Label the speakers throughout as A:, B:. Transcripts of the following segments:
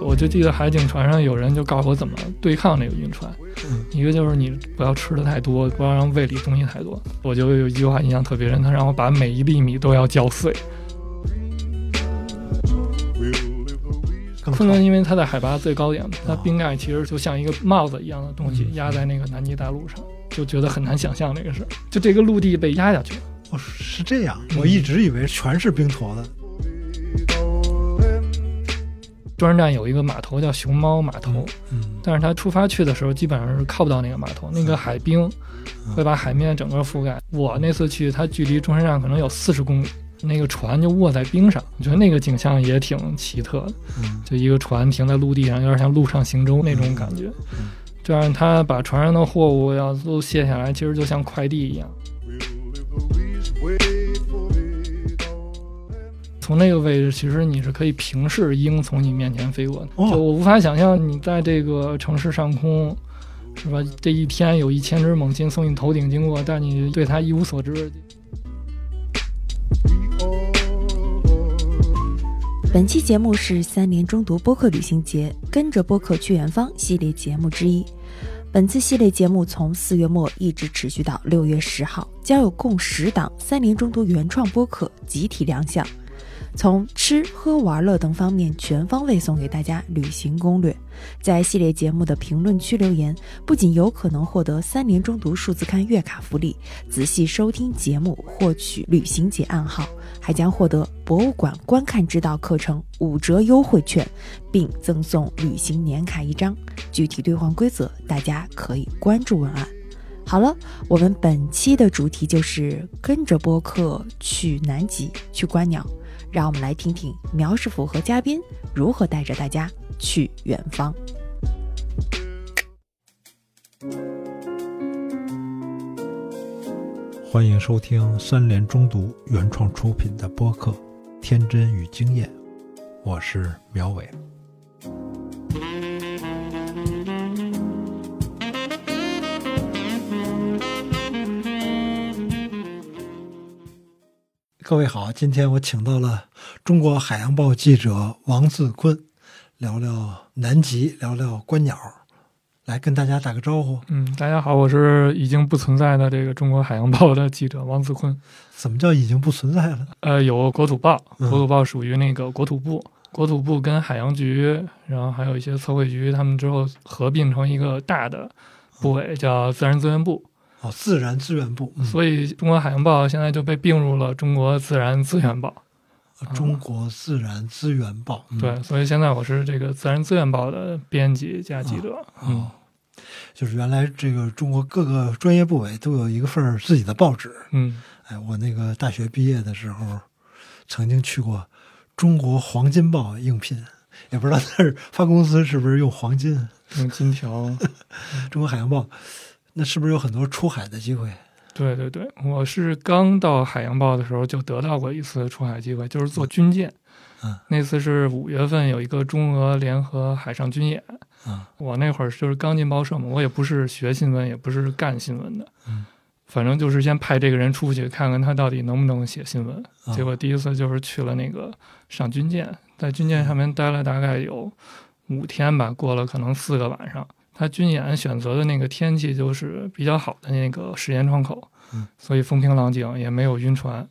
A: 我就记得海警船上有人就告诉我怎么对抗那个晕船，
B: 嗯
A: 一个就是你不要吃的太多，不要让胃里东西太多。我就有一句话印象特别深，他让我把每一粒米都要嚼碎。
B: 更
A: 昆
B: 长
A: 仑因为它在海拔最高点，它
B: 哦
A: 冰盖其实就像一个帽子一样的东西
B: 嗯
A: 压在那个南极大陆上，就觉得很难想象这个事儿。就这个陆地被压下去了，
B: 哦，是这样，我一直以为全是冰坨子。
A: 中山站有一个码头叫熊猫码头，
B: 嗯，
A: 但是它出发去的时候基本上是靠不到那个码头，那个海冰会把海面整个覆盖。我那次去，它距离中山站可能有四十公里，那个船就卧在冰上，我觉得那个景象也挺奇特的，
B: 嗯
A: 就一个船停在陆地上，有点像陆上行舟那种感觉。这样他把船上的货物要都卸下来，其实就像快递一样。从那个位置，其实你是可以平视鹰从你面前飞过的。
B: 哦
A: 就我无法想象你在这个城市上空，是吧？这一天有一千只猛禽从你头顶经过，但你对它一无所知。
C: 本期节目是三联中读播客旅行节“跟着播客去远方”系列节目之一。本次系列节目从四月末一直持续到六月十号，将有共十档三联中读原创播客集体亮相，从吃喝玩乐等方面全方位送给大家旅行攻略。在系列节目的评论区留言，不仅有可能获得三联中读数字刊月卡福利，仔细收听节目获取旅行节暗号。还将获得博物馆观看之道课程五折优惠券，并赠送旅行年卡一张。具体兑换规则，大家可以关注文案。好了，我们本期的主题就是跟着播客去南极去观鸟，让我们来听听苗师傅和嘉宾如何带着大家去远方。
B: 欢迎收听三联中读原创出品的播客《天真与经验》，我是苗伟。各位好，今天我请到了中国海洋报记者王自坤，聊聊南极，聊聊观鸟，来跟大家打个招呼。
A: 嗯，大家好，我是已经不存在的这个中国海洋报的记者王子坤。
B: 怎么叫已经不存在了？
A: 呃，有国土报，
B: 嗯
A: 国土报属于那个国土部，国土部跟海洋局，然后还有一些测绘局，他们之后合并成一个大的部委，叫自然资源部。
B: 哦，自然资源部，嗯，
A: 所以，中国海洋报现在就被并入了中国自然资源报。
B: 啊中国自然资源报，嗯、
A: 对，所以现在我是这个自然资源报的编辑加记者。嗯
B: 哦，就是原来这个中国各个专业部委都有一个份儿自己的报纸。
A: 嗯，
B: 哎，我那个大学毕业的时候，曾经去过中国黄金报应聘，也不知道那儿发公司是不是用黄金。
A: 用金条。
B: 中国海洋报，那是不是有很多出海的机会？
A: 对对对，我是刚到海洋报的时候就得到过一次出海机会，就是做军舰。
B: 嗯，
A: 那次是五月份有一个中俄联合海上军演。
B: 啊，
A: 我那会儿就是刚进报社嘛，我也不是学新闻，也不是干新闻的，
B: 嗯，
A: 反正就是先派这个人出去看看他到底能不能写新闻。
B: 啊
A: 结果第一次就是去了那个上军舰，在军
B: 嗯
A: 舰上面待了大概有五天吧，过了可能四个晚上。他军演选择的那个天气就是比较好的那个时间窗口，
B: 嗯
A: 所以风平浪静，也没有晕船。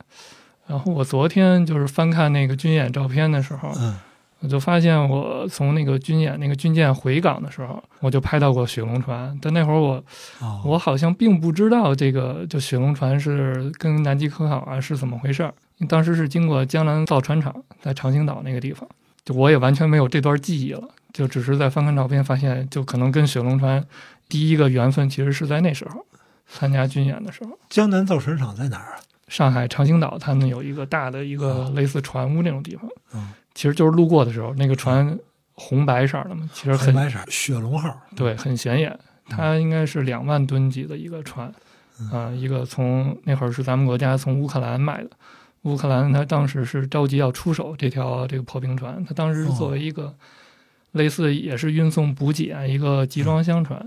A: 然后我昨天就是翻看那个军演照片的时候，
B: 嗯，
A: 我就发现我从那个军演那个军舰回港的时候，我就拍到过雪龙船，但那会儿我
B: 哦，
A: 我好像并不知道这个就雪龙船是跟南极科考啊是怎么回事儿。当时是经过江南造船厂，在长兴岛那个地方，就我也完全没有这段记忆了，就只是在翻看照片发现，就可能跟雪龙船第一个缘分其实是在那时候参加军演的时候。
B: 江南造船厂在哪儿啊？
A: 上海长兴岛，他们有一个大的一个类似船屋那种地方，
B: 嗯
A: 其实就是路过的时候，那个船红白色儿的嘛，其实
B: 红
A: 很
B: 白色雪龙号，
A: 对，很显眼。它应该是两万吨级的一个船，
B: 嗯
A: 啊、一个从那会儿是咱们国家从乌克兰买的，乌克兰它当时是着急要出手这条这个破冰船，它当时是
B: 哦
A: 作为一个类似也是运送补给啊一个集装箱船，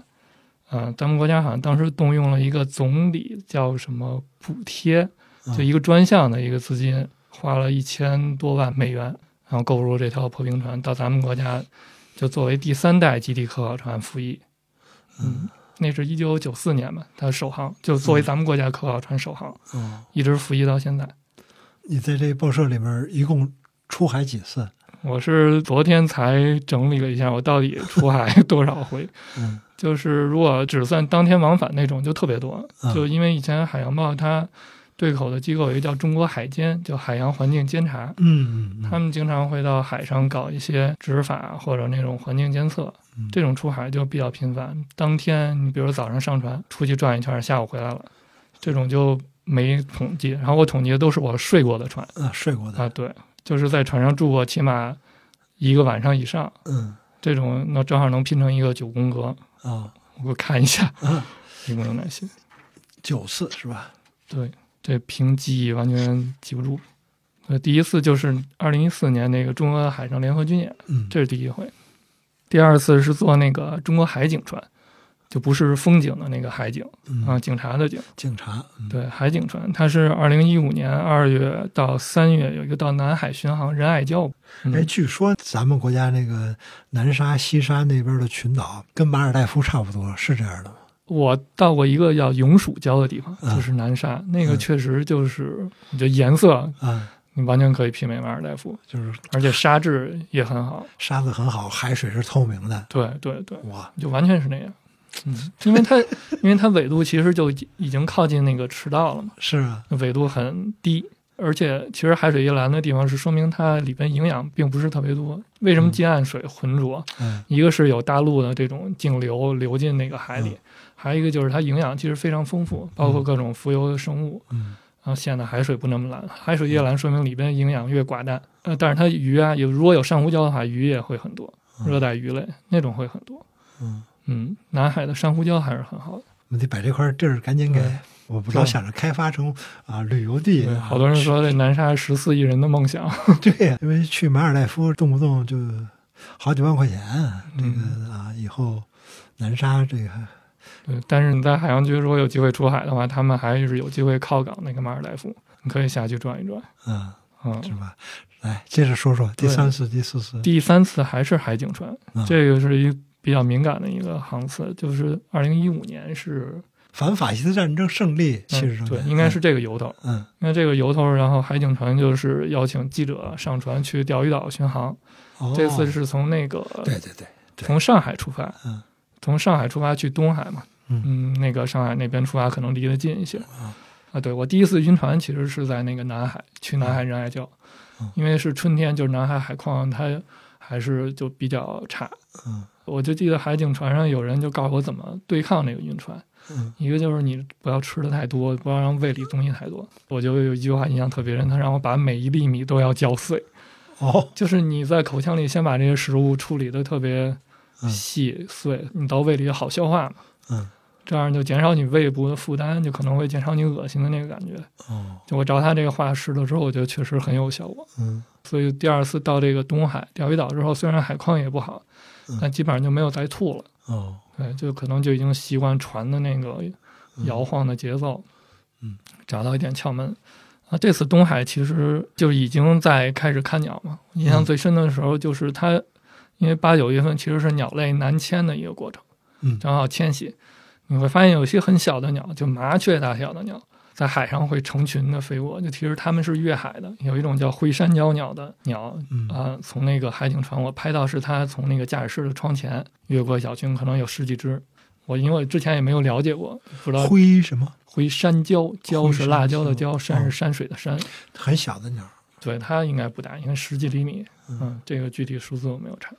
B: 嗯
A: 啊、咱们国家好像当时动用了一个总理叫什么补贴，就
B: 嗯
A: 一个专项的一个资金，花了一千多万美元，然后购入这条破冰船到咱们国家就作为第三代极地科考船服役。嗯，那是一九九四年吧，它首航就作为咱们国家科考船首航，
B: 哦，
A: 一直服役到现在。
B: 你在这报社里面一共出海几次？
A: 我是昨天才整理了一下，我到底出海多少 回。
B: 嗯
A: 就是如果只算当天往返那种，就特别多
B: 嗯。
A: 就因为以前海洋报它对口的机构有一个叫中国海监，就海洋环境监察，
B: 嗯嗯
A: 他们经常会到海上搞一些执法或者那种环境监测
B: 嗯，
A: 这种出海就比较频繁。当天你比如早上上船出去转一圈，下午回来了，这种就没统计。然后我统计的都是我睡过的船
B: 嗯啊，睡过
A: 啊，
B: 的，
A: 对，就是在船上住过起码一个晚上以上，
B: 嗯
A: 这种那正好能拼成一个九宫格。
B: 啊
A: 我看一下
B: 啊，
A: 一共有哪些。
B: 九次是吧？
A: 对，这凭记忆完全记不住。呃，第一次就是二零一四年那个中俄海上联合军演，
B: 嗯，
A: 这是第一回。第二次是坐那个中国海警船，就不是风景的那个海警
B: 嗯
A: 啊，警察的警。
B: 警察，嗯
A: 对，海警船，它是二零一五年二月到三月有一个到南海巡航仁爱礁。嗯
B: 哎，据说咱们国家那个南沙、西沙那边的群岛跟马尔代夫差不多，是这样的吗？
A: 我到过一个叫永暑礁的地方，
B: 嗯
A: 就是南沙，那个
B: 嗯
A: 确实就是，我觉得颜色
B: 啊，
A: 你完全可以媲美马尔代夫，
B: 就是
A: 而且沙质也很好。
B: 沙子很好，海水是透明的，
A: 对对对，
B: 哇，
A: 就完全是那样。嗯，因为它因为它纬度其实就已已经靠近那个赤道了嘛，
B: 是啊，
A: 纬度很低，而且其实海水一蓝的地方是说明它里边营养并不是特别多。为什么近岸水浑浊？
B: 嗯
A: 一个是有大陆的这种径流流进那个海里，
B: 嗯
A: 还有一个就是它营养其实非常丰富，包括各种浮游的生物。
B: 嗯
A: 然后显得海水不那么蓝，海水越蓝，说明里边营养越寡淡。呃，但是它鱼啊，有如果有珊瑚礁的话，鱼也会很多，
B: 嗯
A: 热带鱼类那种会很多。
B: 嗯，
A: 嗯，南海的珊瑚礁还是很好的。
B: 我们得把这块地儿赶紧给
A: 对，
B: 我不知道想着开发成啊旅游地
A: 嗯对，
B: 啊，
A: 好多人说这南沙十四亿人的梦 想，
B: 对呀，因为去马尔代夫动不动就好几万块钱，这个
A: 嗯
B: 啊，以后南沙这个
A: 对。但是你在海洋局如果有机会出海的话，他们还是有机会靠港那个马尔代夫，你可以下去转一转。
B: 啊，是
A: 嗯，
B: 吧？来，接着说说第
A: 对
B: 三次、第四次，
A: 第三次还是海警船，
B: 嗯
A: 这个是一比较敏感的一个航次，就是二零一五年是，
B: 反法西斯战争胜利七十
A: 嗯
B: 周年，
A: 对，应该是这个由头。
B: 嗯
A: 因为这个由头，然后海警船就是邀请记者上船去钓鱼岛巡航。
B: 嗯，
A: 这次
B: 哦
A: 是从那个
B: 对对对，对
A: 从上海出发，
B: 嗯
A: 从上海出发去东海嘛，
B: 嗯
A: 那个上海那边出发可能离得近一些
B: 啊。
A: 啊，对我第一次晕船其实是在那个南海，去南海仁爱礁
B: 嗯，
A: 因为是春天，就是南海海况它还是就比较差。
B: 嗯
A: 我就记得海警船上有人就告诉我怎么对抗那个晕船，
B: 嗯
A: 一个就是你不要吃的太多，不要让胃里东西太多。我就有一句话印象特别深，他让我把每一粒米都要嚼碎，
B: 哦，
A: 就是你在口腔里先把这些食物处理的特别
B: 嗯
A: 细碎，你到胃里好消化嘛，
B: 嗯
A: 这样就减少你胃部的负担，就可能会减少你恶心的那个感觉。
B: 哦
A: 就我照他这个话试了之后，我觉得确实很有效果。
B: 嗯
A: 所以第二次到这个东海钓鱼岛之后，虽然海况也不好
B: 嗯，
A: 但基本上就没有再吐了。
B: 哦
A: 对，哎就可能就已经习惯船的那个摇晃的节奏，
B: 嗯，
A: 找到一点窍门。啊，这次东海其实就已经在开始看鸟嘛。印象
B: 嗯
A: 最深的时候就是它，因为八九月份其实是鸟类南迁的一个过程，
B: 嗯
A: 正好迁徙。你会发现有些很小的鸟，就麻雀大小的鸟，在海上会成群的飞过。就其实它们是越海的，有一种叫灰山椒鸟的鸟，
B: 嗯
A: 啊，从那个海警船我拍到是它从那个驾驶室的窗前越过小群，可能有十几只。我因为我之前也没有了解过，不知道
B: 灰什么
A: 回山椒，椒
B: 灰
A: 是
B: 山
A: 辣椒的
B: 椒
A: 椒，山
B: 哦
A: 是山水的山。
B: 很小的鸟儿。
A: 对，它应该不大，应该十几厘米。嗯，这个具体数字我没有查。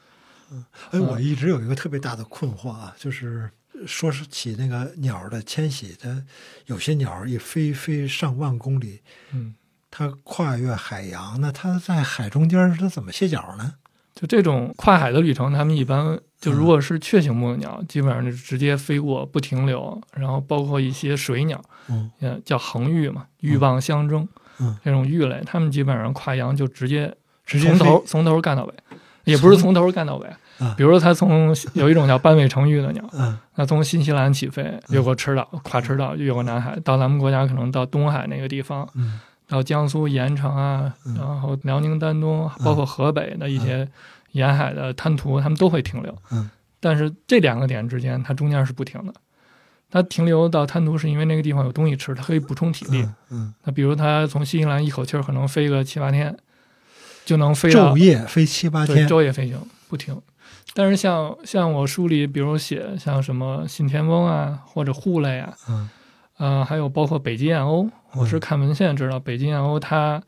B: 哎，
A: 嗯
B: 我一直有一个特别大的困惑啊，就是说是起那个鸟儿的迁徙，它有些鸟儿一飞飞上万公里，
A: 嗯，
B: 它跨越海洋，那它在海中间儿它怎么歇脚呢？
A: 就这种跨海的旅程，他们一般就
B: 嗯
A: 如果是雀形目的鸟，基本上就直接飞过不停留，然后包括一些水鸟，
B: 嗯
A: 呃，叫恒鹬嘛，鹬蚌相争，
B: 嗯
A: 这种鹬类，它们基本上跨洋就直接
B: 直接
A: 从
B: 飞
A: 头从头干到尾，也不是从头干到尾。
B: 啊
A: 比如说，它从有一种叫斑尾成鹬的鸟，
B: 嗯
A: 它从新西兰起飞，越过赤道，跨赤道，越过南海，到咱们国家可能到东海那个地方，
B: 嗯
A: 到江苏盐城啊，
B: 嗯
A: 然后辽宁丹东，包括河北的一些沿海的滩涂，他们都会停留。
B: 嗯，
A: 但是这两个点之间，它中间是不停的。它停留到滩涂是因为那个地方有东西吃，它可以补充体力。
B: 嗯嗯，
A: 那比如它从新西兰一口气儿可能飞个七八天，就能飞到
B: 昼夜飞七八
A: 对
B: 天，
A: 昼夜飞行不停。但是像像我书里，比如写像什么信天翁啊，或者护类啊，
B: 嗯
A: 呃，还有包括北极燕鸥，我是看文献知道，北极燕鸥它，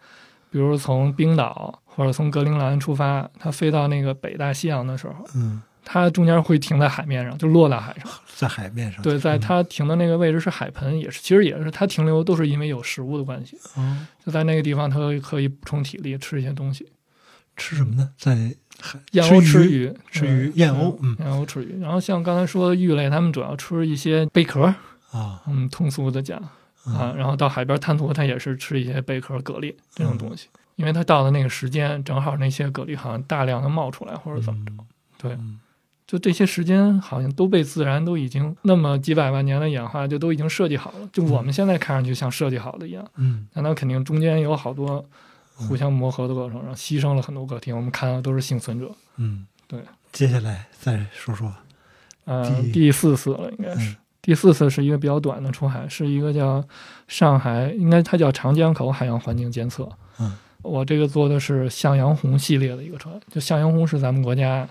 A: 比如从冰岛或者从格陵兰出发，它飞到那个北大西洋的时候，
B: 嗯，
A: 它中间会停在海面上，就落到海 上。
B: 在海面上，
A: 对，在
B: 嗯
A: 它停的那个位置是海盆，也是其实也是它停留都是因为有食物的关系，
B: 哦，
A: 就在那个地方它可以补充体力，吃一些东西。
B: 吃什么呢？在海
A: 燕鸥吃
B: 鱼，
A: 鱼，
B: 吃鱼
A: 嗯
B: 燕鸥嗯
A: 燕鸥吃鱼。然后像刚才说的鱼类，它们主要吃一些贝壳，
B: 啊
A: 嗯，通俗的讲，啊
B: 嗯，
A: 然后到海边滩涂，它也是吃一些贝壳、蛤蜊这种东西，因为它到了那个时间，正好那些蛤蜊好像大量的冒出来，或者怎么着，对
B: 嗯
A: 就这些时间好像都被自然都已经那么几百万年的演化就都已经设计好了，就我们现在看上去像设计好的一样，
B: 嗯，
A: 那它肯定中间有好多互相磨合的过程，然后牺牲了很多个体，我们看到都是幸存者。
B: 嗯，
A: 对。
B: 接下来再说说，
A: 呃，
B: 第
A: 第四次了，应该是、
B: 嗯
A: 第四次是一个比较短的出海，是一个叫上海，应该它叫长江口海洋环境监测。
B: 嗯，
A: 我这个做的是向阳红系列的一个船，就向阳红是咱们国家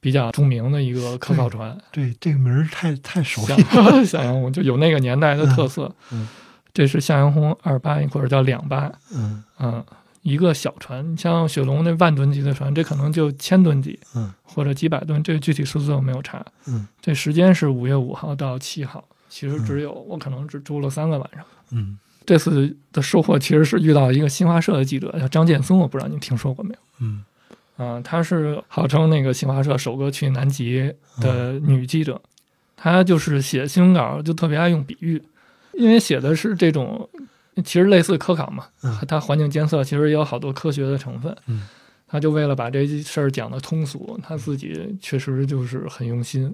A: 比较著名的一个科考船，
B: 对这个名儿太太熟悉了，
A: 向 向阳红就有那个年代的特色。
B: 嗯嗯
A: 这是向阳红二八或者叫两八，
B: 嗯
A: 嗯，一个小船，你像雪龙那万吨级的船，这可能就千吨级
B: 嗯
A: 或者几百吨，这个具体数字我没有查。
B: 嗯
A: 这时间是五月五号到七号，其实只有、我可能只住了三个晚上。
B: 嗯
A: 这次的收获其实是遇到一个新华社的记者，叫张建松，我不知道你听说过没有？
B: 嗯
A: 啊、她是号称那个新华社首个去南极的女记者，她就是写新闻稿就特别爱用比喻，因为写的是这种其实类似科考嘛
B: 嗯，
A: 它环境监测其实也有好多科学的成分。
B: 嗯
A: 他就为了把这事儿讲得通俗，他自己确实就是很用心。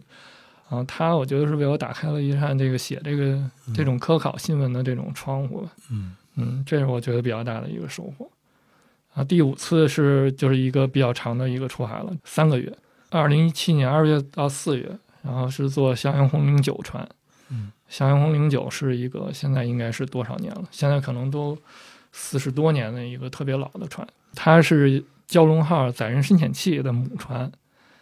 A: 啊、他我觉得是为我打开了一扇这个写这个这种科考新闻的这种窗户吧。
B: 嗯
A: 嗯，这是我觉得比较大的一个收获。啊，第五次是就是一个比较长的一个出海了，三个月，二零一七年二月到四月，然后是坐襄阳红零九船。
B: 嗯，
A: 襄阳红零九是一个现在应该是多少年了？现在可能都四十多年的一个特别老的船，它是蛟龙号载人深潜器的母船。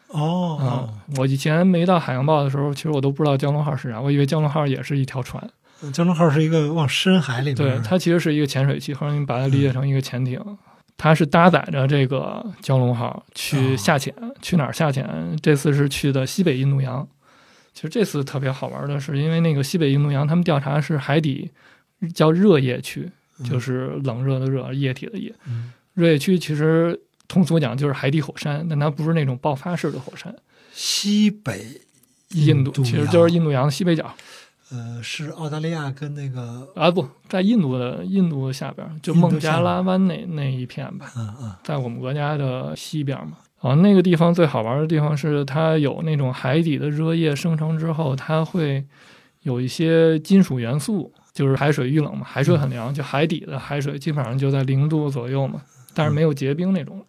B: 哦
A: 啊，我以前没到海洋报的时候，其实我都不知道蛟龙号是啥，我以为蛟龙号也是一条船。
B: 哦江龙号是一个往深海里面
A: 对，
B: 儿，
A: 它其实是一个潜水器，或者你把它理
B: 嗯
A: 解成一个潜艇，它是搭载着这个蛟龙号
B: 哦
A: 去下潜。去哪儿下潜？这次是去的西北印度洋。其实这次特别好玩的是，因为那个西北印度洋，他们调查是海底叫热液区，
B: 嗯
A: 就是冷热的热，液体的液。
B: 嗯
A: 热液区其实通俗讲就是海底火山，但它不是那种爆发式的火山。
B: 西北
A: 印
B: 度
A: 度其实就是
B: 洋
A: 印度洋的西北角
B: 呃是澳大利亚跟那个
A: 啊，不在印度的印度下边儿，就
B: 印度
A: 孟
B: 下
A: 加
B: 边儿
A: 拉湾那那一片吧。
B: 嗯嗯
A: 在我们国家的西边嘛。啊，那个地方最好玩的地方是它有那种海底的热液生成之后，它会有一些金属元素，就是海水遇冷嘛，海水
B: 嗯
A: 很凉，就海底的海水基本上就在零度左右嘛，但是没
B: 嗯
A: 有结冰那种。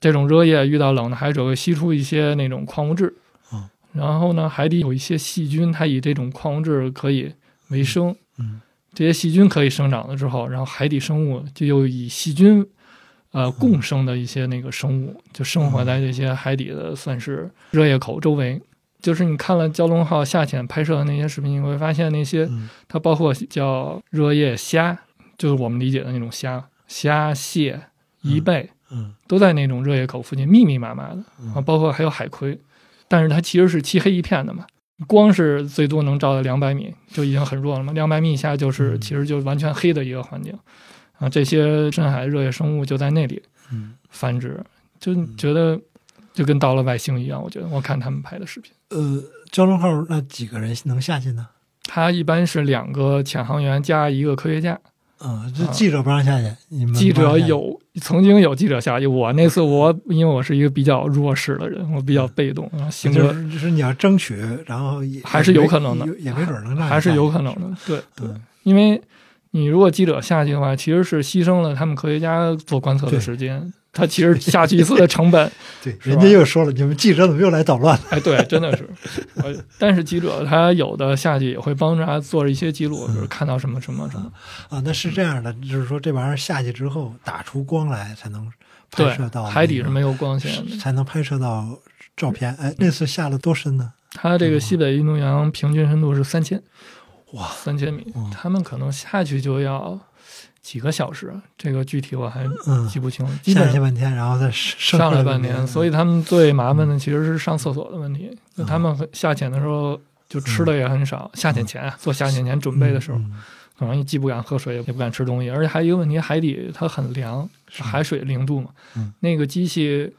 A: 这种热液遇到冷的海水会析出一些那种矿物质
B: 嗯，
A: 然后呢，海底有一些细菌，它以这种矿物质可以为生，
B: 嗯
A: 这些细菌可以生长了之后，然后海底生物就又以细菌呃
B: 嗯
A: 共生的一些那个生物，就生活在这些海底的算是热液口周围。就是你看了蛟龙号下潜拍摄的那些视频，你会发现那些
B: 嗯
A: 它包括叫热液虾，就是我们理解的那种虾、虾蟹、贻贝，
B: 嗯
A: 都在那种热液口附近密密麻麻的啊，
B: 嗯
A: 包括还有海葵，但是它其实是漆黑一片的嘛，光是最多能照到两百米就已经很弱了嘛，两百米以下就是
B: 嗯
A: 其实就完全黑的一个环境啊，这些深海热液生物就在那里
B: 嗯
A: 繁殖，就觉得就跟到了外星一样，我觉得我看他们拍的视频。
B: 呃江龙号那几个人能下去呢？
A: 它一般是两个潜航员加一个科学家，
B: 嗯，这
A: 啊
B: 记者不让下去，你们
A: 记
B: 不让
A: 者
B: 下去
A: 有曾经有记者下去，我那次我因为我是一个比较弱势的人，我比较被动，啊然后性
B: 嗯就
A: 格
B: 是就是你要争取，然后也
A: 还是有可能的
B: 也没也没准能让你
A: 还是有
B: 下
A: 可能的，对
B: 对
A: 因为你如果记者下去的话，其实是牺牲了他们科学家做观测的时间，他其实下去一次的成本。
B: 对，
A: 是吧
B: 人家又说了，你们记者怎么又来捣乱了？
A: 哎，对，真的是。 呃但是记者他有的下去也会帮着他做一些记录，就是看到什么什么什么。
B: 啊，那是这样的，就是说这玩意儿下去之后打出光来才能拍
A: 对
B: 摄到，
A: 海底是
B: 那个
A: 没有光线的。
B: 才能拍摄到照片。哎，那次下了多深呢？
A: 它这个西北运动洋平均深度是三千，
B: 嗯哇
A: 三千米
B: 嗯，
A: 他们可能下去就要几个小时，这个具体我还
B: 嗯
A: 记不清，基
B: 下
A: 本
B: 去半天，然后再上
A: 上来半
B: 年，嗯
A: 年，所以他们最麻烦的其实是上厕所的问题。那他们下潜的时候就吃的也很少，下潜前啊，做下潜前准备的时候，
B: 嗯嗯
A: 可能既不敢喝水，也不敢吃东西，而且还有一个问题，海底它很凉，海水零度嘛，
B: 嗯
A: 那个机器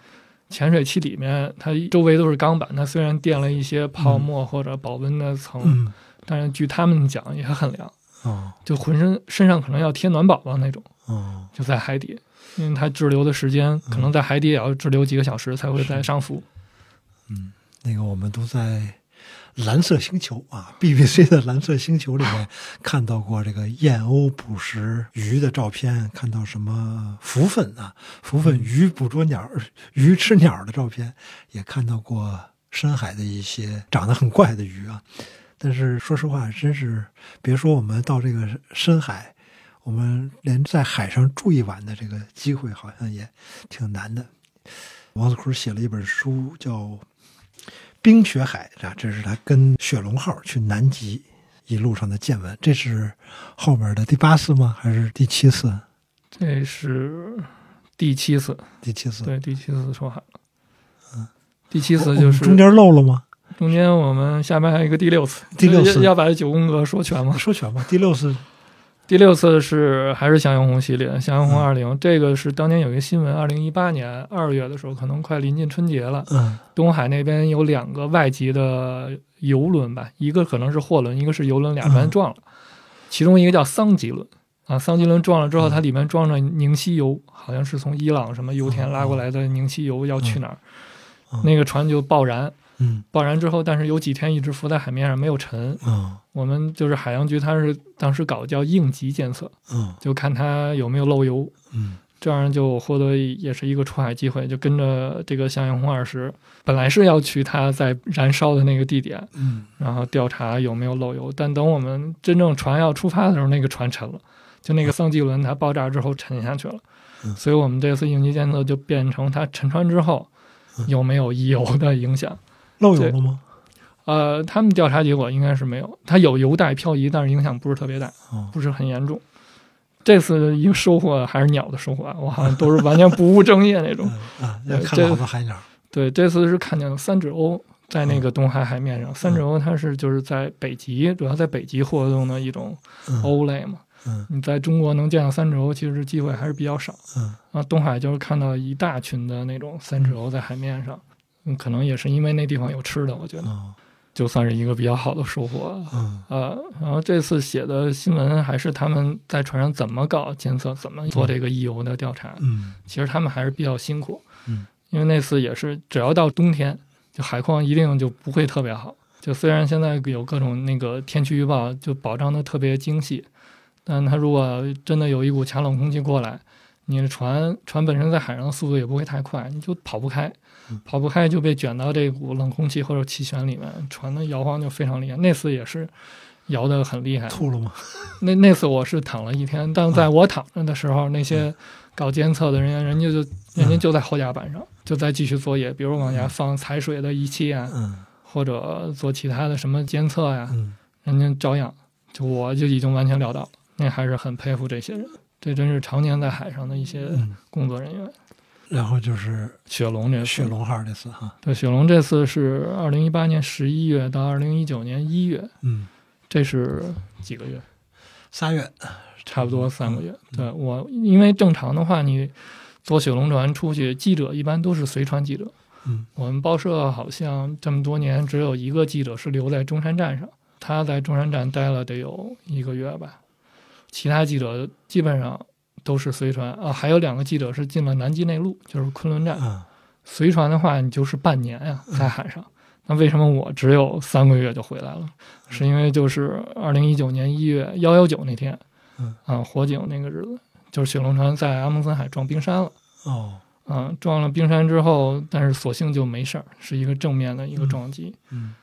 A: 潜水器里面它周围都是钢板，它虽然垫了一些泡沫或者保温的层，
B: 嗯
A: 但是据他们讲也很凉，
B: 哦
A: 就浑身身上可能要贴暖宝宝那种，
B: 哦，
A: 就在海底，因为它滞留的时间
B: 嗯
A: 可能在海底也要滞留几个小时才会再上浮。
B: 那个我们都在。蓝色星球啊，BBC 的蓝色星球里面看到过这个燕鸥捕食鱼的照片，看到什么浮粉啊，浮粉鱼捕捉鸟、鱼吃鸟的照片，也看到过深海的一些长得很怪的鱼啊。但是说实话，真是别说我们到这个深海，我们连在海上住一晚的这个机会好像也挺难的。王子库写了一本书叫《冰雪海》啊，这是他跟雪龙号去南极一路上的见闻。这是后面的第八次吗？还是第七次？
A: 这是第七次，
B: 第七次。
A: 对，第七次出海了。
B: 嗯
A: 第七
B: 我
A: 次
B: 我
A: 就
B: 们
A: 是
B: 哦中间漏了吗？
A: 中间我们下面还有一个第六次，
B: 第六次
A: 要要把这九宫格说全吗？
B: 说全吧。第六次
A: 第六次是还是向阳红系列，向阳红
B: 嗯
A: 二零、这个是当年有一个新闻，二零一八年二月的时候，可能快临近春节了，
B: 嗯
A: 东海那边有两个外籍的游轮吧，一个可能是货轮，一个是游轮，俩
B: 嗯
A: 船撞了，其中一个叫桑吉轮啊，桑吉轮撞了之后，
B: 嗯
A: 它里面装着凝稀油，好像是从伊朗什么油田拉过来的凝稀油，要去哪儿，
B: 哦嗯
A: 那个船就爆燃，
B: 嗯
A: 爆燃之后，但是有几天一直浮在海面上没有沉，
B: 嗯
A: 我们就是海洋局，它是当时搞叫应急监测，
B: 嗯
A: 就看它有没有漏油，
B: 嗯
A: 这样就获得也是一个出海机会，就跟着这个向阳红二十，本来是要去它在燃烧的那个地点，
B: 嗯
A: 然后调查有没有漏油，但等我们真正船要出发的时候，那个船沉了，就那个桑基轮它爆炸之后沉下去了
B: 嗯，
A: 所以我们这次应急监测就变成它沉船之后
B: 嗯
A: 有没有溢油的影响。
B: 漏油了吗？
A: 呃，他们调查结果应该是没有，它有油带漂移，但是影响不是特别大，
B: 哦
A: 不是很严重。这次一个收获还是鸟的收获啊，我好像都是完全不务正业那种
B: 嗯。啊，
A: 呃
B: 看
A: 这
B: 了
A: 个
B: 好多海鸟。
A: 对，这次是看见了三指鸥在那个东海海面
B: 嗯
A: 上，三指鸥它是就是在北极，主要在北极活动的一种
B: 嗯
A: 鸥类嘛。
B: 嗯
A: 你在中国能见到三指鸥，其实机会还是比较少。
B: 嗯
A: 啊，东海就是看到一大群的那种三指鸥在海面上，嗯，可能也是因为那地方有吃的，我觉得
B: 哦
A: 就算是一个比较好的收获了。
B: 嗯
A: 呃，然后这次写的新闻还是他们在船上怎么搞监测，怎么做这个溢油的调查。
B: 嗯
A: 其实他们还是比较辛苦，
B: 嗯，
A: 因为那次也是，只要到冬天，就海况一定就不会特别好。就虽然现在有各种那个天气预报就保障的特别精细，但它如果真的有一股强冷空气过来，你的船船本身在海上的速度也不会太快，你就跑不开
B: 嗯，
A: 跑不开就被卷到这股冷空气或者气旋里面，船的摇晃就非常厉害。那次也是摇得很厉害，
B: 吐了吗？
A: 那那次我是躺了一天，但在我躺着的时候，那些搞监测的人员，人家就人家就在后甲板上，就在继续作业，比如往下放采水的仪器啊，
B: 嗯
A: 或者做其他的什么监测呀、
B: 嗯
A: 人家照样，就我就已经完全料到了，那还是很佩服这些人，这真是常年在海上的一些
B: 嗯。
A: 工作人员。
B: 然后就是
A: 雪龙这次，
B: 雪龙号这次哈，
A: 对雪龙这次是二零一八年十一月到二零一九年一月，
B: 嗯，
A: 这是几个月？
B: 仨月，
A: 差不多三个月。对我，因为正常的话，你坐雪龙船出去，记者一般都是随船记者。
B: 嗯，
A: 我们报社好像这么多年只有一个记者是留在中山站上，他在中山站待了得有一个月吧，其他记者基本上都是随船啊，还有两个记者是进了南极内陆，就是昆仑站。
B: 嗯
A: 随船的话，你就是半年呀、在海上。那为什么我只
B: 嗯
A: 有三个月就回来了？是因为就是二零一九年一月幺幺九那天，
B: 嗯
A: 啊，火警那个日子，就是雪龙船在阿蒙森海撞冰山了。
B: 哦，
A: 啊，撞了冰山之后，但是所幸就没事儿，是一个正面的一个撞击，
B: 嗯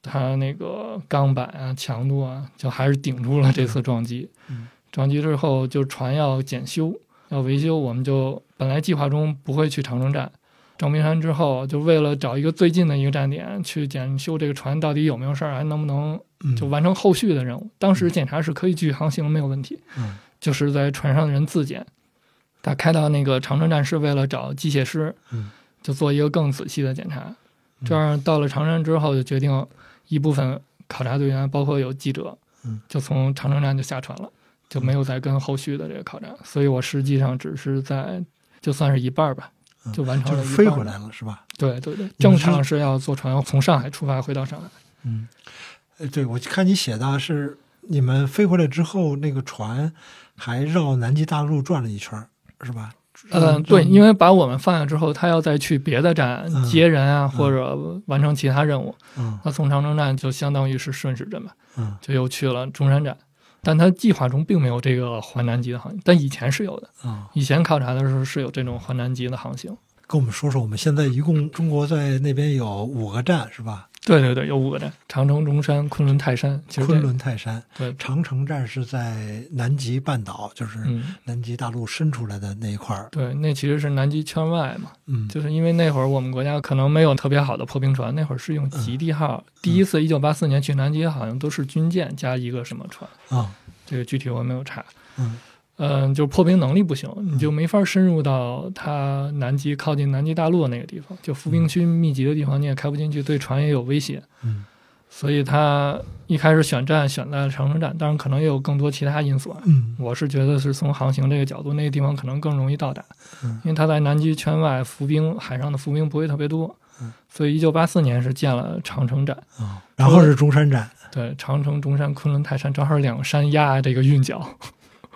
A: 它那个钢板啊、强度啊，就还是顶住了这次撞击。
B: 嗯
A: 撞击之后，就船要检修、要维修，我们就本来计划中不会去长城站，撞冰山之后，就为了找一个最近的一个站点去检修这个船到底有没有事儿，还能不能
B: 嗯，
A: 就完成后续的任务。当时检查是可以继续航行，没有问题。
B: 嗯
A: 就是在船上的人自检。他开到那个长城站是为了找机械师，
B: 嗯
A: 就做一个更仔细的检查。这样到了长城之后，就决定一部分考察队员，包括有记者
B: 嗯，
A: 就从长城站就下船了，就没有再跟后续的这个考察。所以我实际上只是在就算是一半儿吧
B: 嗯，
A: 就完成
B: 就
A: 了
B: 是
A: 一
B: 飞
A: 半
B: 回
A: 儿
B: 来了是吧？
A: 对对对，正常是要坐船从上海出发回到上海。
B: 嗯，呃，对，我看你写的是你们飞回来之后，那个船还绕南极大陆转了一圈儿，是吧？
A: 呃，对，因为把我们放下之后，他要再去别的站
B: 嗯
A: 接人啊，或者完成其他任务。
B: 嗯
A: 他从长城站就相当于是顺时针吧，
B: 嗯
A: 就又去了中山站。但他计划中并没有这个环南极的航行，但以前是有的。
B: 嗯，
A: 以前考察的时候是有这种环南极的航行。
B: 跟我们说说，我们现在一共中国在那边有五个站是吧？
A: 对对对，有五个站：长城、中山、昆仑、泰山。其实这
B: 昆仑泰山、
A: 对，
B: 长城站是在南极半岛，就是
A: 嗯，
B: 南极大陆伸出来的那一块儿。
A: 对，那其实是南极圈外嘛，
B: 嗯，
A: 就是因为那会儿我们国家可能没有特别好的破冰船，那会儿是用极地号。第一次一九八四年去南极好像都是军舰加一个什么船，
B: 啊，
A: 这个具体我没有查。
B: 嗯
A: 嗯，就是破冰能力不行，你就没法深入到它南极靠近南极大陆的那个地方，就浮冰区密集的地方，你也开不进去，对船也有威胁。
B: 嗯
A: 所以它一开始选站选在了长城站，当然可能也有更多其他因素啊。
B: 嗯
A: 我是觉得是从航行这个角度，那个地方可能更容易到达
B: 嗯，
A: 因为它在南极圈外，浮冰海上的浮冰不会特别多
B: 嗯，
A: 所以一九八四年是建了长城站，
B: 啊，然后是中山站，
A: 对，长城、中山、昆仑、泰山，正好两个山压这个韵脚，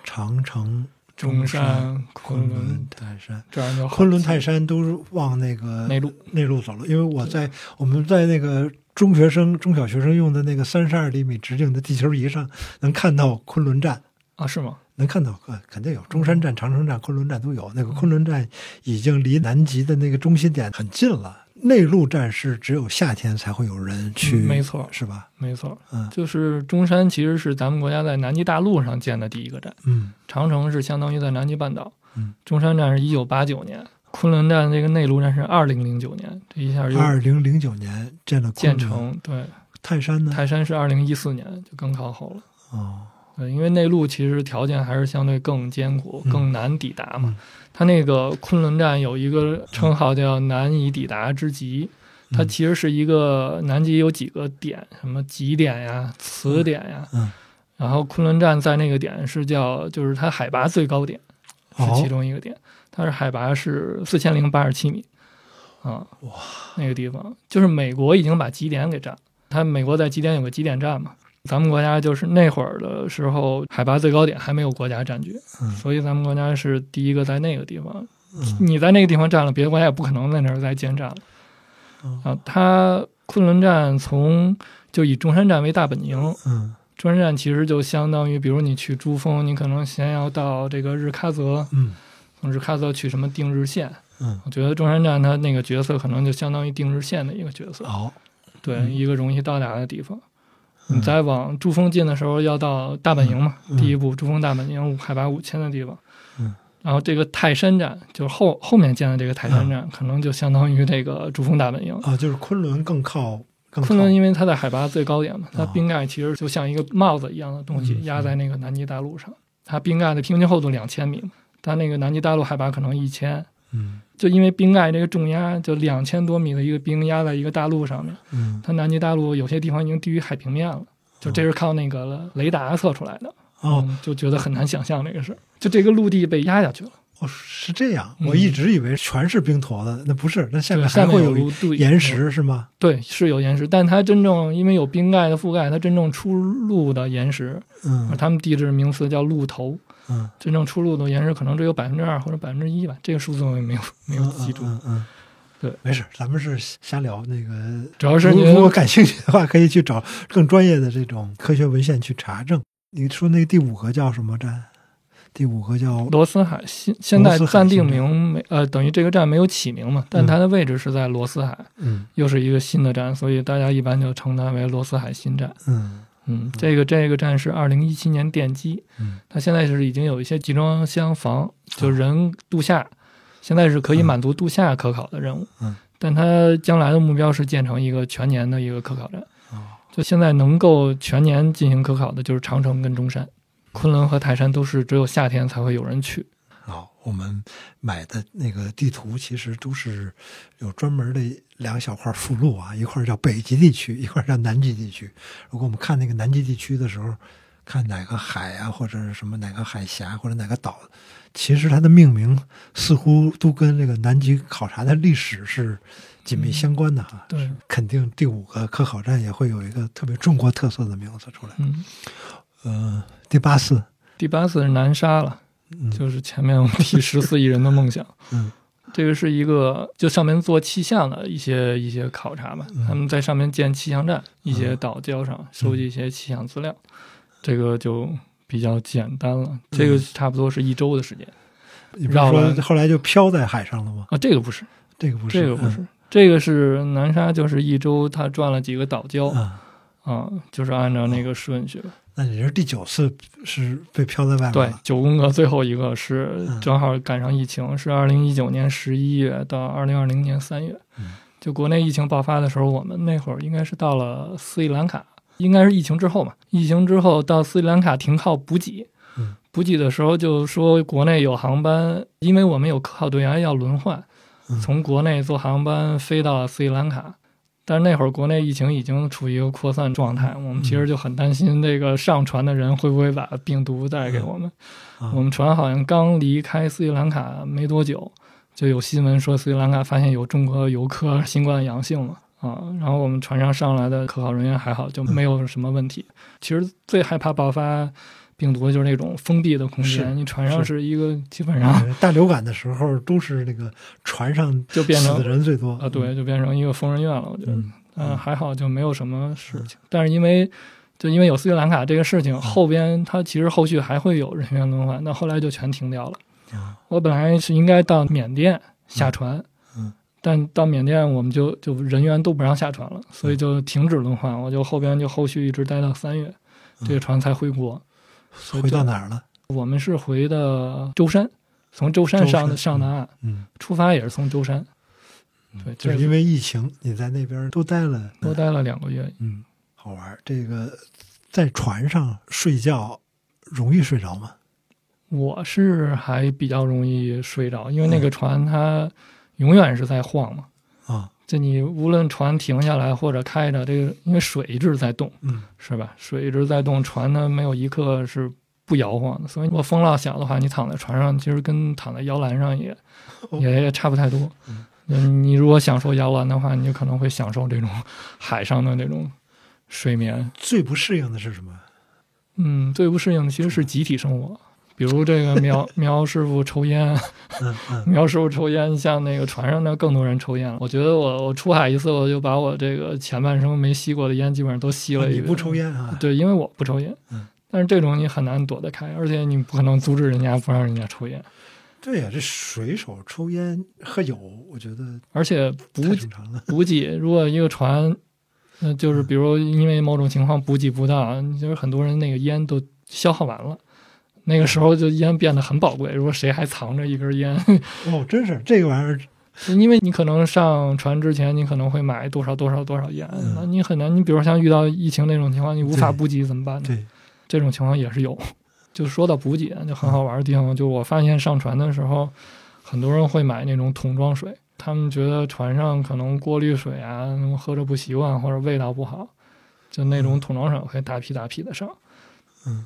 B: 长城、
A: 中山、昆
B: 昆
A: 仑
B: 仑泰山。
A: 这样就好
B: 昆仑泰山都是往那个
A: 内陆。
B: 内陆走了，因为我在我们在那个中学生、中小学生用的那个三十二厘米直径的地球仪上，能看到昆仑站，
A: 啊，是吗？
B: 能看到，呃，肯定有中山站、长城站、昆仑站都有。那
A: 嗯
B: 个昆仑站已经离南极的那个中心点很近了。内陆站是只有夏天才会有人去，
A: 嗯没错
B: 是吧？
A: 没错，
B: 嗯
A: 就是中山其实是咱们国家在南极大陆上建的第一个站，
B: 嗯
A: 长城是相当于在南极半岛，
B: 嗯
A: 中山站是一九八九年，昆仑站这个内陆站是二零零九年，这一下又
B: 二零零九年建了
A: 建
B: 昆仑
A: 成。对，
B: 泰山呢？
A: 泰山是二零一四年，就更靠后了。
B: 哦，
A: 对，因为内陆其实条件还是相对更艰苦、
B: 嗯
A: 更难抵达嘛。
B: 嗯
A: 它那个昆仑站有一个称号叫“难以抵达之极”，它
B: 嗯
A: 其实是一个南极有几个点，什么极点呀、磁点呀。
B: 嗯
A: 然后昆仑站在那个点是叫，就是它海拔最高点是
B: 哦
A: 其中一个点，它是海拔是四千零八十七米，啊，
B: 哇，
A: 那个地方就是美国已经把极点给占了，它美国在极点有个极点站嘛，咱们国家就是那会儿的时候海拔最高点还没有国家占据，
B: 嗯
A: 所以咱们国家是第一个在那个地方
B: 嗯
A: 你在那个地方站了，别的国家也不可能在那儿再建站了。
B: 哦
A: 啊，它昆仑站从就以中山站为大本营，
B: 嗯
A: 中山站其实就相当于，比如你去珠峰，你可能先要到这个日喀则，
B: 嗯
A: 从日喀则去什么定日县。
B: 嗯，
A: 我觉得中山站它那个角色可能就相当于定日县的一个角色，
B: 好，
A: 对，
B: 嗯
A: 一个容易到达的地方。
B: 嗯
A: 你再往珠峰进的时候，要到大本营嘛，
B: 嗯
A: 第一步珠峰大本营，海拔五千的地方。
B: 嗯
A: 然后这个泰山站，就是后后面建的这个泰山
B: 嗯
A: 站，可能就相当于这个珠峰大本营。
B: 啊，就是昆仑更靠更靠
A: 昆仑因为它在海拔最高点嘛，它
B: 哦
A: 冰盖其实就像一个帽子一样的东西
B: 嗯
A: 压在那个南极大陆上，它冰盖的平均厚度两千米嘛，它那个南极大陆海拔可能一千，
B: 嗯
A: 就因为冰盖这个重压，就两千多米的一个冰压在一个大陆上面，
B: 嗯
A: 它南极大陆有些地方已经低于海平面了，就这是靠那个雷达测出来的，
B: 哦，
A: 嗯，就觉得很难想象这个事儿，就这个陆地被压下去了，
B: 哦，是这样，
A: 嗯
B: 我一直以为全是冰坨子，那不是，那下
A: 对
B: 面
A: 下
B: 还
A: 面
B: 会
A: 有
B: 有
A: 陆地
B: 岩，石是吗？
A: 对，是有岩石，但它真正因为有冰盖的覆盖，它真正出陆的岩石，
B: 嗯
A: 他们地质名词叫陆头，
B: 嗯，
A: 真正出陆的岩石可能只有百分之二或者百分之一吧，这个数字我也没有没有记住。
B: 嗯嗯嗯，
A: 对，
B: 没事，咱们是瞎聊那个。
A: 主要是
B: 如
A: 您
B: 如果感兴趣的话，可以去找更专业的这种科学文献去查证。你说那个第五个叫什么站？第五个叫
A: 罗斯海现现在暂定名没呃，等于这个站没有起名嘛，但它的位置是在罗斯海，
B: 嗯
A: 又是一个新的站，所以大家一般就称它为罗斯海新站。
B: 嗯
A: 嗯，这个这个站是二零一七年奠基，
B: 嗯啊
A: 它现在是已经有一些集装箱房，就人度假，现在是可以满足度假可考的任务。
B: 嗯，
A: 但它将来的目标是建成一个全年的一个可考站。
B: 哦
A: 就现在能够全年进行可考的，就是长城跟中山，昆仑和泰山都是只有夏天才会有人去。
B: 啊，我们买的那个地图其实都是有专门的两小块附录啊，一块叫北极地区，一块叫南极地区。如果我们看那个南极地区的时候，看哪个海啊，或者是什么哪个海峡或者哪个岛，其实它的命名似乎都跟这个南极考察的历史是紧密相关的哈。
A: 对，
B: 肯定第五个科考站也会有一个特别中国特色的名字出来。
A: 嗯，
B: 嗯，第八次，
A: 第八次是南沙了，
B: 嗯
A: 就是前面我们 提十四亿人的梦想。
B: 嗯
A: 这个是一个就上面做气象的一些一些考察吧
B: 嗯，
A: 他们在上面建气象站，一些岛礁上收集一些气象资料，
B: 嗯
A: 这个就比较简单了。这个差不多是一周的时间
B: 你不是
A: 绕
B: 说
A: 了
B: 后来就飘在海上了吗？
A: 啊，这个不是，
B: 这个不是，
A: 这个不
B: 嗯
A: 是，这个是南沙，就是一周他转了几个岛礁
B: 啊、
A: 啊，就是按照
B: 哦
A: 那个顺序吧。
B: 那你是第九次是被飘在外面
A: 对
B: 了？，
A: 九宫格最后一个是
B: 嗯
A: 正好赶上疫情，是二零一九年十一月到二零二零年三月
B: 嗯，
A: 就国内疫情爆发的时候，我们那会儿应该是到了斯里兰卡，应该是疫情之后嘛。疫情之后到斯里兰卡停靠补给
B: 嗯，
A: 补给的时候就说国内有航班，因为我们有靠队员要轮换
B: 嗯，
A: 从国内坐航班飞到斯里兰卡。但是那会儿国内疫情已经处于一个扩散状态，我们其实就很担心这个上船的人会不会把病毒带给我们。
B: 啊
A: 我们船好像刚离开斯里兰卡没多久，就有新闻说斯里兰卡发现有中国游客新冠阳性了啊。然后我们船上上来的可考人员还好，就没有什么问题。其实最害怕爆发病毒的就是那种封闭的空
B: 是
A: 间，你船上
B: 是
A: 是一个基本上
B: 呃大流感的时候都是那个船上
A: 就 变
B: 死
A: 成
B: 的人最多
A: 啊，，对，就变成一个疯人院了。我觉得，
B: 嗯
A: 嗯，还好就没有什么事情。但是因为就因为有斯里兰卡这个事
B: 嗯
A: 情，后边它其实后续还会有人员轮换，那后来就全停掉了
B: 啊。
A: 我本来是应该到缅甸下船
B: 嗯，
A: 但到缅甸我们就就人员都不让下
B: 嗯
A: 船了，所以就停止轮换。我就后边就后续一直待到三月，
B: 嗯
A: 这个船才回国。所以
B: 回
A: 就
B: 到哪儿了？
A: 我们是回的舟山，从舟山上
B: 舟
A: 的
B: 山
A: 上的岸，
B: 嗯，
A: 出发也是从舟山。对，
B: 就是
A: 这
B: 因为疫情，你在那边都待了，
A: 多待了两个月，
B: 嗯，好玩儿。这个在船上睡觉容易睡着吗？
A: 我是还比较容易睡着，因为那个船它永远是在晃嘛。
B: 啊，
A: 就你无论船停下来或者开着，这个因为水一直在动，
B: 嗯
A: 是吧？水一直在动，船呢没有一刻是不摇晃的。所以如果风浪小的话，你躺在船上，其实跟躺在摇篮上 也
B: 哦
A: 也也差不太多。嗯，你如果享受摇篮的话，你就可能会享受这种 海上的那种睡眠。
B: 最不适应的是什么？
A: 嗯，最不适应的其实是集体生活，比如这个 苗苗师傅抽烟，
B: 嗯 嗯
A: 苗师傅抽烟，像那个船上那更多人抽烟了。我觉得我我出海一次，我就把我这个前半生没吸过的烟基本上都吸
B: 啊，
A: 了一
B: 你
A: 遍。
B: 不抽？烟啊？
A: 对，因为我不抽烟。
B: 嗯
A: 但是这种你很难躲得开，而且你不可能阻止人家不让人家抽烟，
B: 对呀，这水手抽烟喝酒，我觉得
A: 而且补
B: 太正常了。
A: 补给，如果一个船，那就是比如因为某种情况补给不到，你就是很多人那个烟都消耗完了，那个时候就烟变得很宝贵。如果谁还藏着一根烟，
B: 哦，真是这个玩意儿，
A: 因为你可能上船之前，你可能会买多少多少多少烟，
B: 嗯
A: 那你很难。你比如像遇到疫情那种情况，你无法
B: 对
A: 补给怎么办呢？
B: 对，
A: 这种情况也是有。 就说到补给，就很好玩的地方，就我发现上船的时候，很多人会买那种桶装水，他们觉得船上可能过滤水啊，喝着不习惯或者味道不好，就那种桶装水会大批大批的上。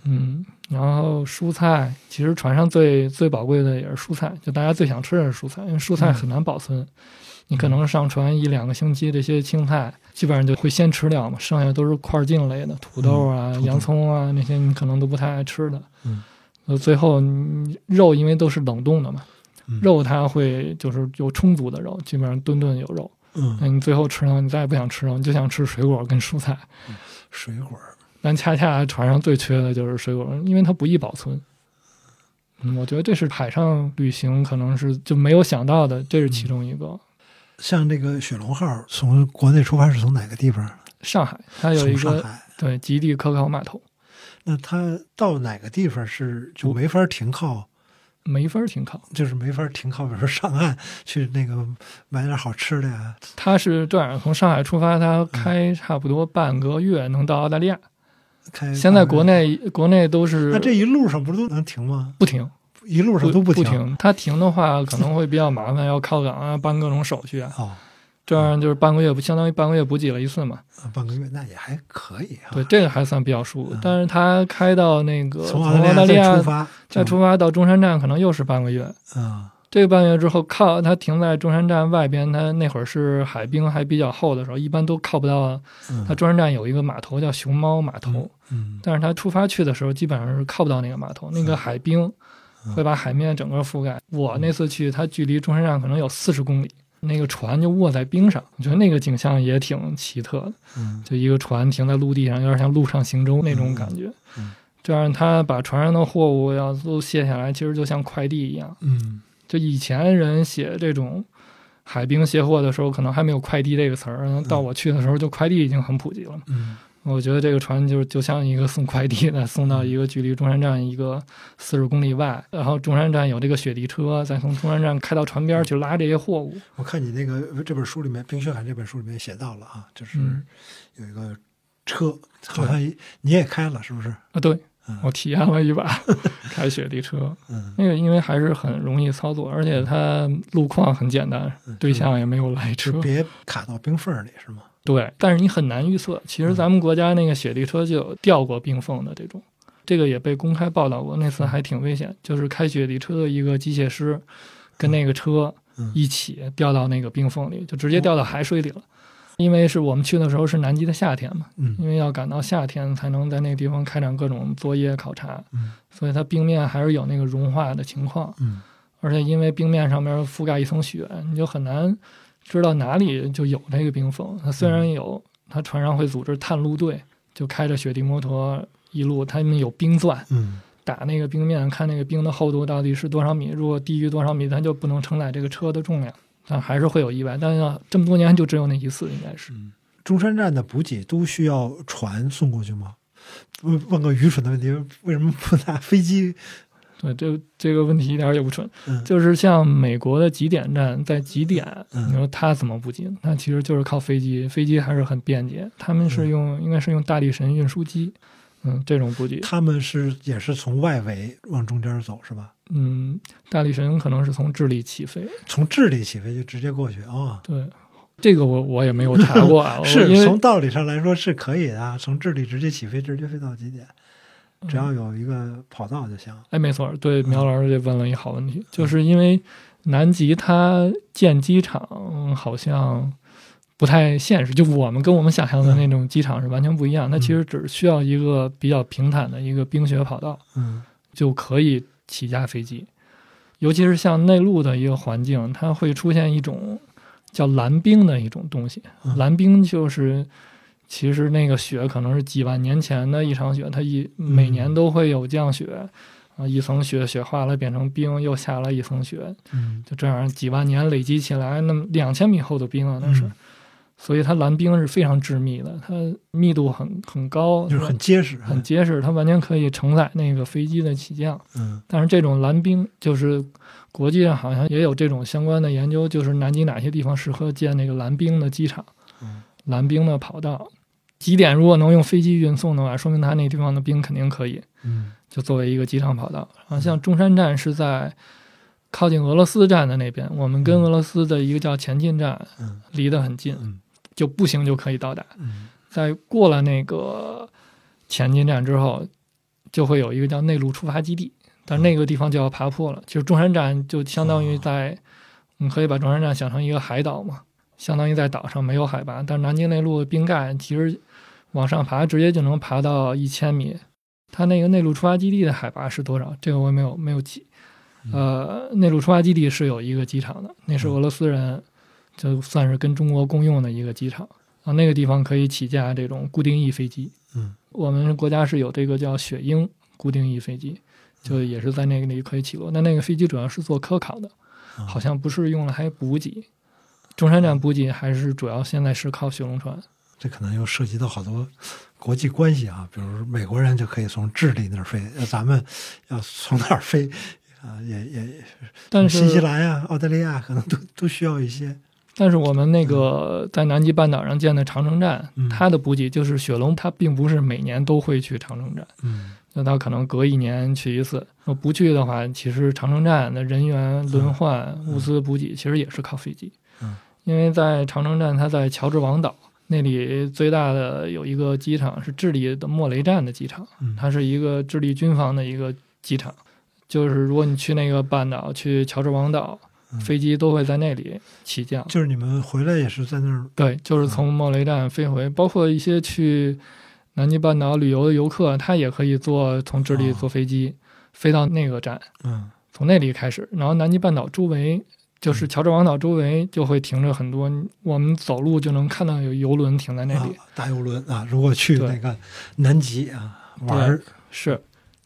B: 嗯
A: 然后蔬菜，其实船上最最宝贵的也是蔬菜，就大家最想吃的是蔬菜，因为蔬菜很难保存，你可能上船一两个星期，这些青菜基本上就会先吃掉嘛，剩下都是块茎类的，土豆啊、
B: 土豆
A: 洋葱啊那些你可能都不太爱吃的。
B: 嗯，
A: 呃，最后你肉因为都是冷冻的嘛，
B: 嗯
A: 肉它会就是有充足的肉，基本上顿顿有肉。
B: 嗯，
A: 那你最后吃上，你再也不想吃肉，你就想吃水果跟蔬菜。
B: 水果儿，
A: 但恰恰船上最缺的就是水果，因为它不易保存。嗯，我觉得这是海上旅行可能是就没有想到的，这是
B: 嗯
A: 其中一个。
B: 像这个雪龙号从国内出发是从哪个地方？
A: 上海它有一
B: 从上
A: 个
B: 海。
A: 对极地科考码头，
B: 那它到哪个地方是就没法停靠，
A: 没法儿停靠。
B: 就是没法停靠，比如说上岸去那个买点好吃的呀。
A: 它是这样，从上海出发，它开差不多半个月能到澳大利亚。
B: 开
A: 现在国内国内都是
B: 那这一路上不是都能停吗？
A: 不停，
B: 一路上
A: 不
B: 都
A: 不
B: 停。
A: 停。它停的话可能会比较麻烦，要靠港啊，办各种手续啊。
B: 哦，
A: 这样就是半个月，不相当于半个月补给了一次嘛。
B: 啊半个月那也还可以啊。
A: 对，，这个还算比较舒服
B: 嗯。
A: 但是它开到那个
B: 从
A: 从
B: 澳
A: 澳
B: 大
A: 大利
B: 再
A: 亚
B: 出发，嗯
A: 再出发到中山站，可能又是半个月。
B: 啊，
A: 这个半个月之后，靠它停在中山站外边，它那会儿是海冰还比较厚的时候，一般都靠不到。
B: 嗯
A: 它中山站有一个码头叫熊猫码头。
B: 嗯
A: 但是它出发去的时候，基本上是靠不到那个码头，那个海冰
B: 嗯
A: 会把海面整个覆盖。我那次去，它距离中山站可能有四十公里，那个船就卧在冰上，我觉得那个景象也挺奇特的，
B: 嗯
A: 就一个船停在陆地上，有点像陆上行舟那种感觉
B: 嗯嗯。
A: 这样，他把船上的货物要都卸下来，其实就像快递一样。
B: 嗯
A: 就以前人写这种海冰卸货的时候，可能还没有“快递”这个词儿，到我去的时候，就快递已经很普及了。
B: 嗯
A: 我觉得这个船就就像一个送快递的，送
B: 嗯
A: 到一个距离中山站一个四十公里外，然后中山站有这个雪地车，再从中山站开到船边去拉这些货物。
B: 我看你那个这本书里面，《冰雪海》这本书里面写到了啊，就是
A: 嗯
B: 有一个车，好像你也开了，是不是？
A: 啊，对
B: 嗯，
A: 我体验了 一把开雪地车，
B: 嗯，
A: 那个因为还是很容易操作，而且它路况很简单
B: 嗯，
A: 对象也没有来车
B: 就。别卡到冰缝里，是吗？
A: 对，但是你很难预测。其
B: 嗯
A: 实咱们国家那个雪地车就有掉过冰缝的这种，这个也被公开报道过。那
B: 嗯
A: 次还挺危险，就是开雪地车的一个机械师跟那个车
B: 嗯哦
A: 一起掉到那个冰缝里，就直接掉到海水里了。因为是我们去的时候是南极的夏天嘛，
B: 嗯
A: 因为要赶到夏天才能在那个地方开展各种作业考察，
B: 嗯
A: 所以它冰面还是有那个融化的情况。
B: 嗯
A: 而且因为冰面上面覆盖一层雪，你就很难知道哪里就有这个冰缝。它虽然有，它船上会组织探路队，就开着雪地摩托一路，他们有冰钻，
B: 嗯
A: 打那个冰面，看那个冰的厚度到底是多少米。如果低于多少米，它就不能承载这个车的重量，但还是会有意外。但是啊这么多年就只有那一次，应该是。
B: 嗯。中山站的补给都需要船送过去吗？问问个愚蠢的问题，为什么不拿飞机？
A: 对，这这个问题一点儿也不蠢。
B: 嗯，
A: 就是像美国的极点站，在极点，
B: 嗯
A: 你说它怎么不进？那其实就是靠飞机，飞机还是很便捷。他们是用，
B: 嗯
A: 应该是用大力神运输机，嗯，这种补给。
B: 他们是也是从外围往中间走是吧？
A: 嗯，大力神可能是从智利起飞。
B: 从智利起飞就直接过去啊、哦，
A: 对，这个我我也没有查过啊 我因
B: 是
A: 为
B: 从道理上来说是可以的啊，从智利直接起飞，直接飞到极点，
A: 嗯
B: 只要有一个跑道就行。
A: 哎，没错儿，对苗老师这问了一好问题，就是因为南极它建机场嗯好像不太现实，就我们跟我们想象的那种机场是完全不一样。它其实只需要一个比较平坦的一个冰雪跑道
B: 嗯
A: 就可以起架飞机，尤其是像内陆的一个环境，它会出现一种叫蓝冰的一种东西
B: 嗯。
A: 蓝冰就是其实那个雪可能是几万年前的一场雪，它一每年都会有降雪。
B: 嗯
A: 啊，一层雪雪化了变成冰，又下了一层雪，
B: 嗯
A: 就这样几万年累积起来，那么两千米厚的冰啊，那是。
B: 嗯
A: 所以它蓝冰是非常致密的，它密度很很高，
B: 就是很结实。
A: 很结实，它完全可以承载那个飞机的起降。
B: 嗯
A: 但是这种蓝冰，就是国际上好像也有这种相关的研究，就是南极哪些地方适合建那个蓝冰的机场、
B: 嗯
A: 蓝冰的跑道。极点如果能用飞机运送的话，说明它那地方的冰肯定可以，
B: 嗯
A: 就作为一个机场跑道。然后像中山站是在靠近俄罗斯站的那边，我们跟俄罗斯的一个叫前进站
B: 嗯
A: 离得很近，
B: 嗯
A: 就步行就可以到达。
B: 嗯
A: 在过了那个前进站之后，就会有一个叫内陆出发基地，但那个地方就要爬坡了。就是中山站就相当于在，你可以把中山站想成一个海岛嘛，相当于在岛上没有海拔，但南京内陆的冰盖其实往上爬直接就能爬到一千米。它那个内陆出发基地的海拔是多少？这个我也没有没有记。呃，内陆出发基地是有一个机场的，那是俄罗斯人，就算是跟中国共用的一个机场。啊，那个地方可以起架这种固定翼飞机，
B: 嗯
A: 我们国家是有这个叫雪鹰固定翼飞机，就也是在那个里可以起落。但那个飞机主要是做科考的，
B: 啊
A: 好像不是用来补给。中山站补给还是主要现在是靠雪龙船。
B: 这可能又涉及到好多国际关系啊，比如美国人就可以从智利那儿飞，呃咱们要从哪儿飞啊、也也
A: 但
B: 新西
A: 是，
B: 兰呀、澳大利亚可能都都需要一些。
A: 但是我们那个在南极半岛上建的长城站，
B: 嗯
A: 它的补给就是雪龙，它并不是每年都会去长城站，
B: 嗯
A: 那它可能隔一年去一次。那不去的话，其实长城站的人员轮换、物资补给，其实也是靠飞机。
B: 嗯
A: 因为在长城站，它在乔治王岛那里最大的有一个机场是智利的莫雷站的机场，
B: 嗯
A: 它是一个智利军方的一个机场。就是如果你去那个半岛，去乔治王岛
B: 嗯，
A: 飞机都会在那里起降。
B: 就是你们回来也是在那儿
A: 对，
B: 嗯
A: 就是从莫雷站飞回，包括一些去南极半岛旅游的游客，他也可以坐从智利
B: 哦
A: 坐飞机、飞到那个站，
B: 嗯
A: 从那里开始，然后南极半岛周围，就是乔治王岛周围就会停着很多，我们走路就能看到有游轮停在那
B: 啊
A: 里。
B: 大游轮啊，如果去
A: 对
B: 那个南极啊玩儿，
A: 是，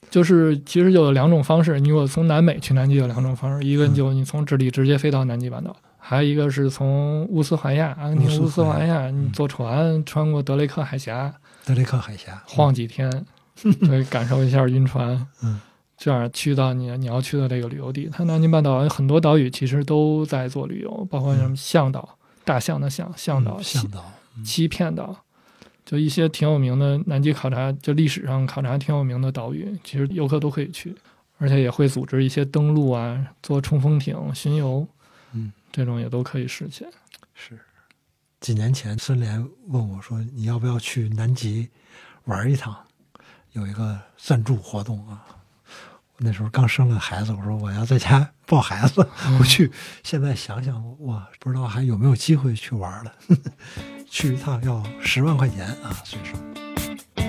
A: 就是其实就有两种方式，你如果从南美去南极有两种方式，一个
B: 嗯
A: 就你从智利直接飞到南极半岛。还有一个是从乌斯怀亚，阿根廷
B: 乌
A: 乌
B: 斯
A: 斯怀
B: 怀亚
A: 亚，你
B: 嗯
A: 坐船穿过德雷克海峡，
B: 德雷克海峡，
A: 晃几天，对，感受一下晕船，
B: 嗯，
A: 这样去到你你要去的这个旅游地。它南京半岛很多岛屿其实都在做旅游，包括什么象岛、大象的象、象岛、
B: 嗯
A: 西
B: 向导，嗯
A: 欺骗岛，就一些挺有名的南极考察，就历史上考察挺有名的岛屿，其实游客都可以去，而且也会组织一些登陆啊、坐冲锋艇巡游，
B: 嗯，
A: 这种也都可以实现。
B: 是。几年前，孙莲问我说：“你要不要去南极玩一趟？有一个赞助活动啊。”我那时候刚生了孩子，我说我要在家抱孩子，我去。现在想想，我不知道还有没有机会去玩了。 去一趟要十万块钱啊，所以说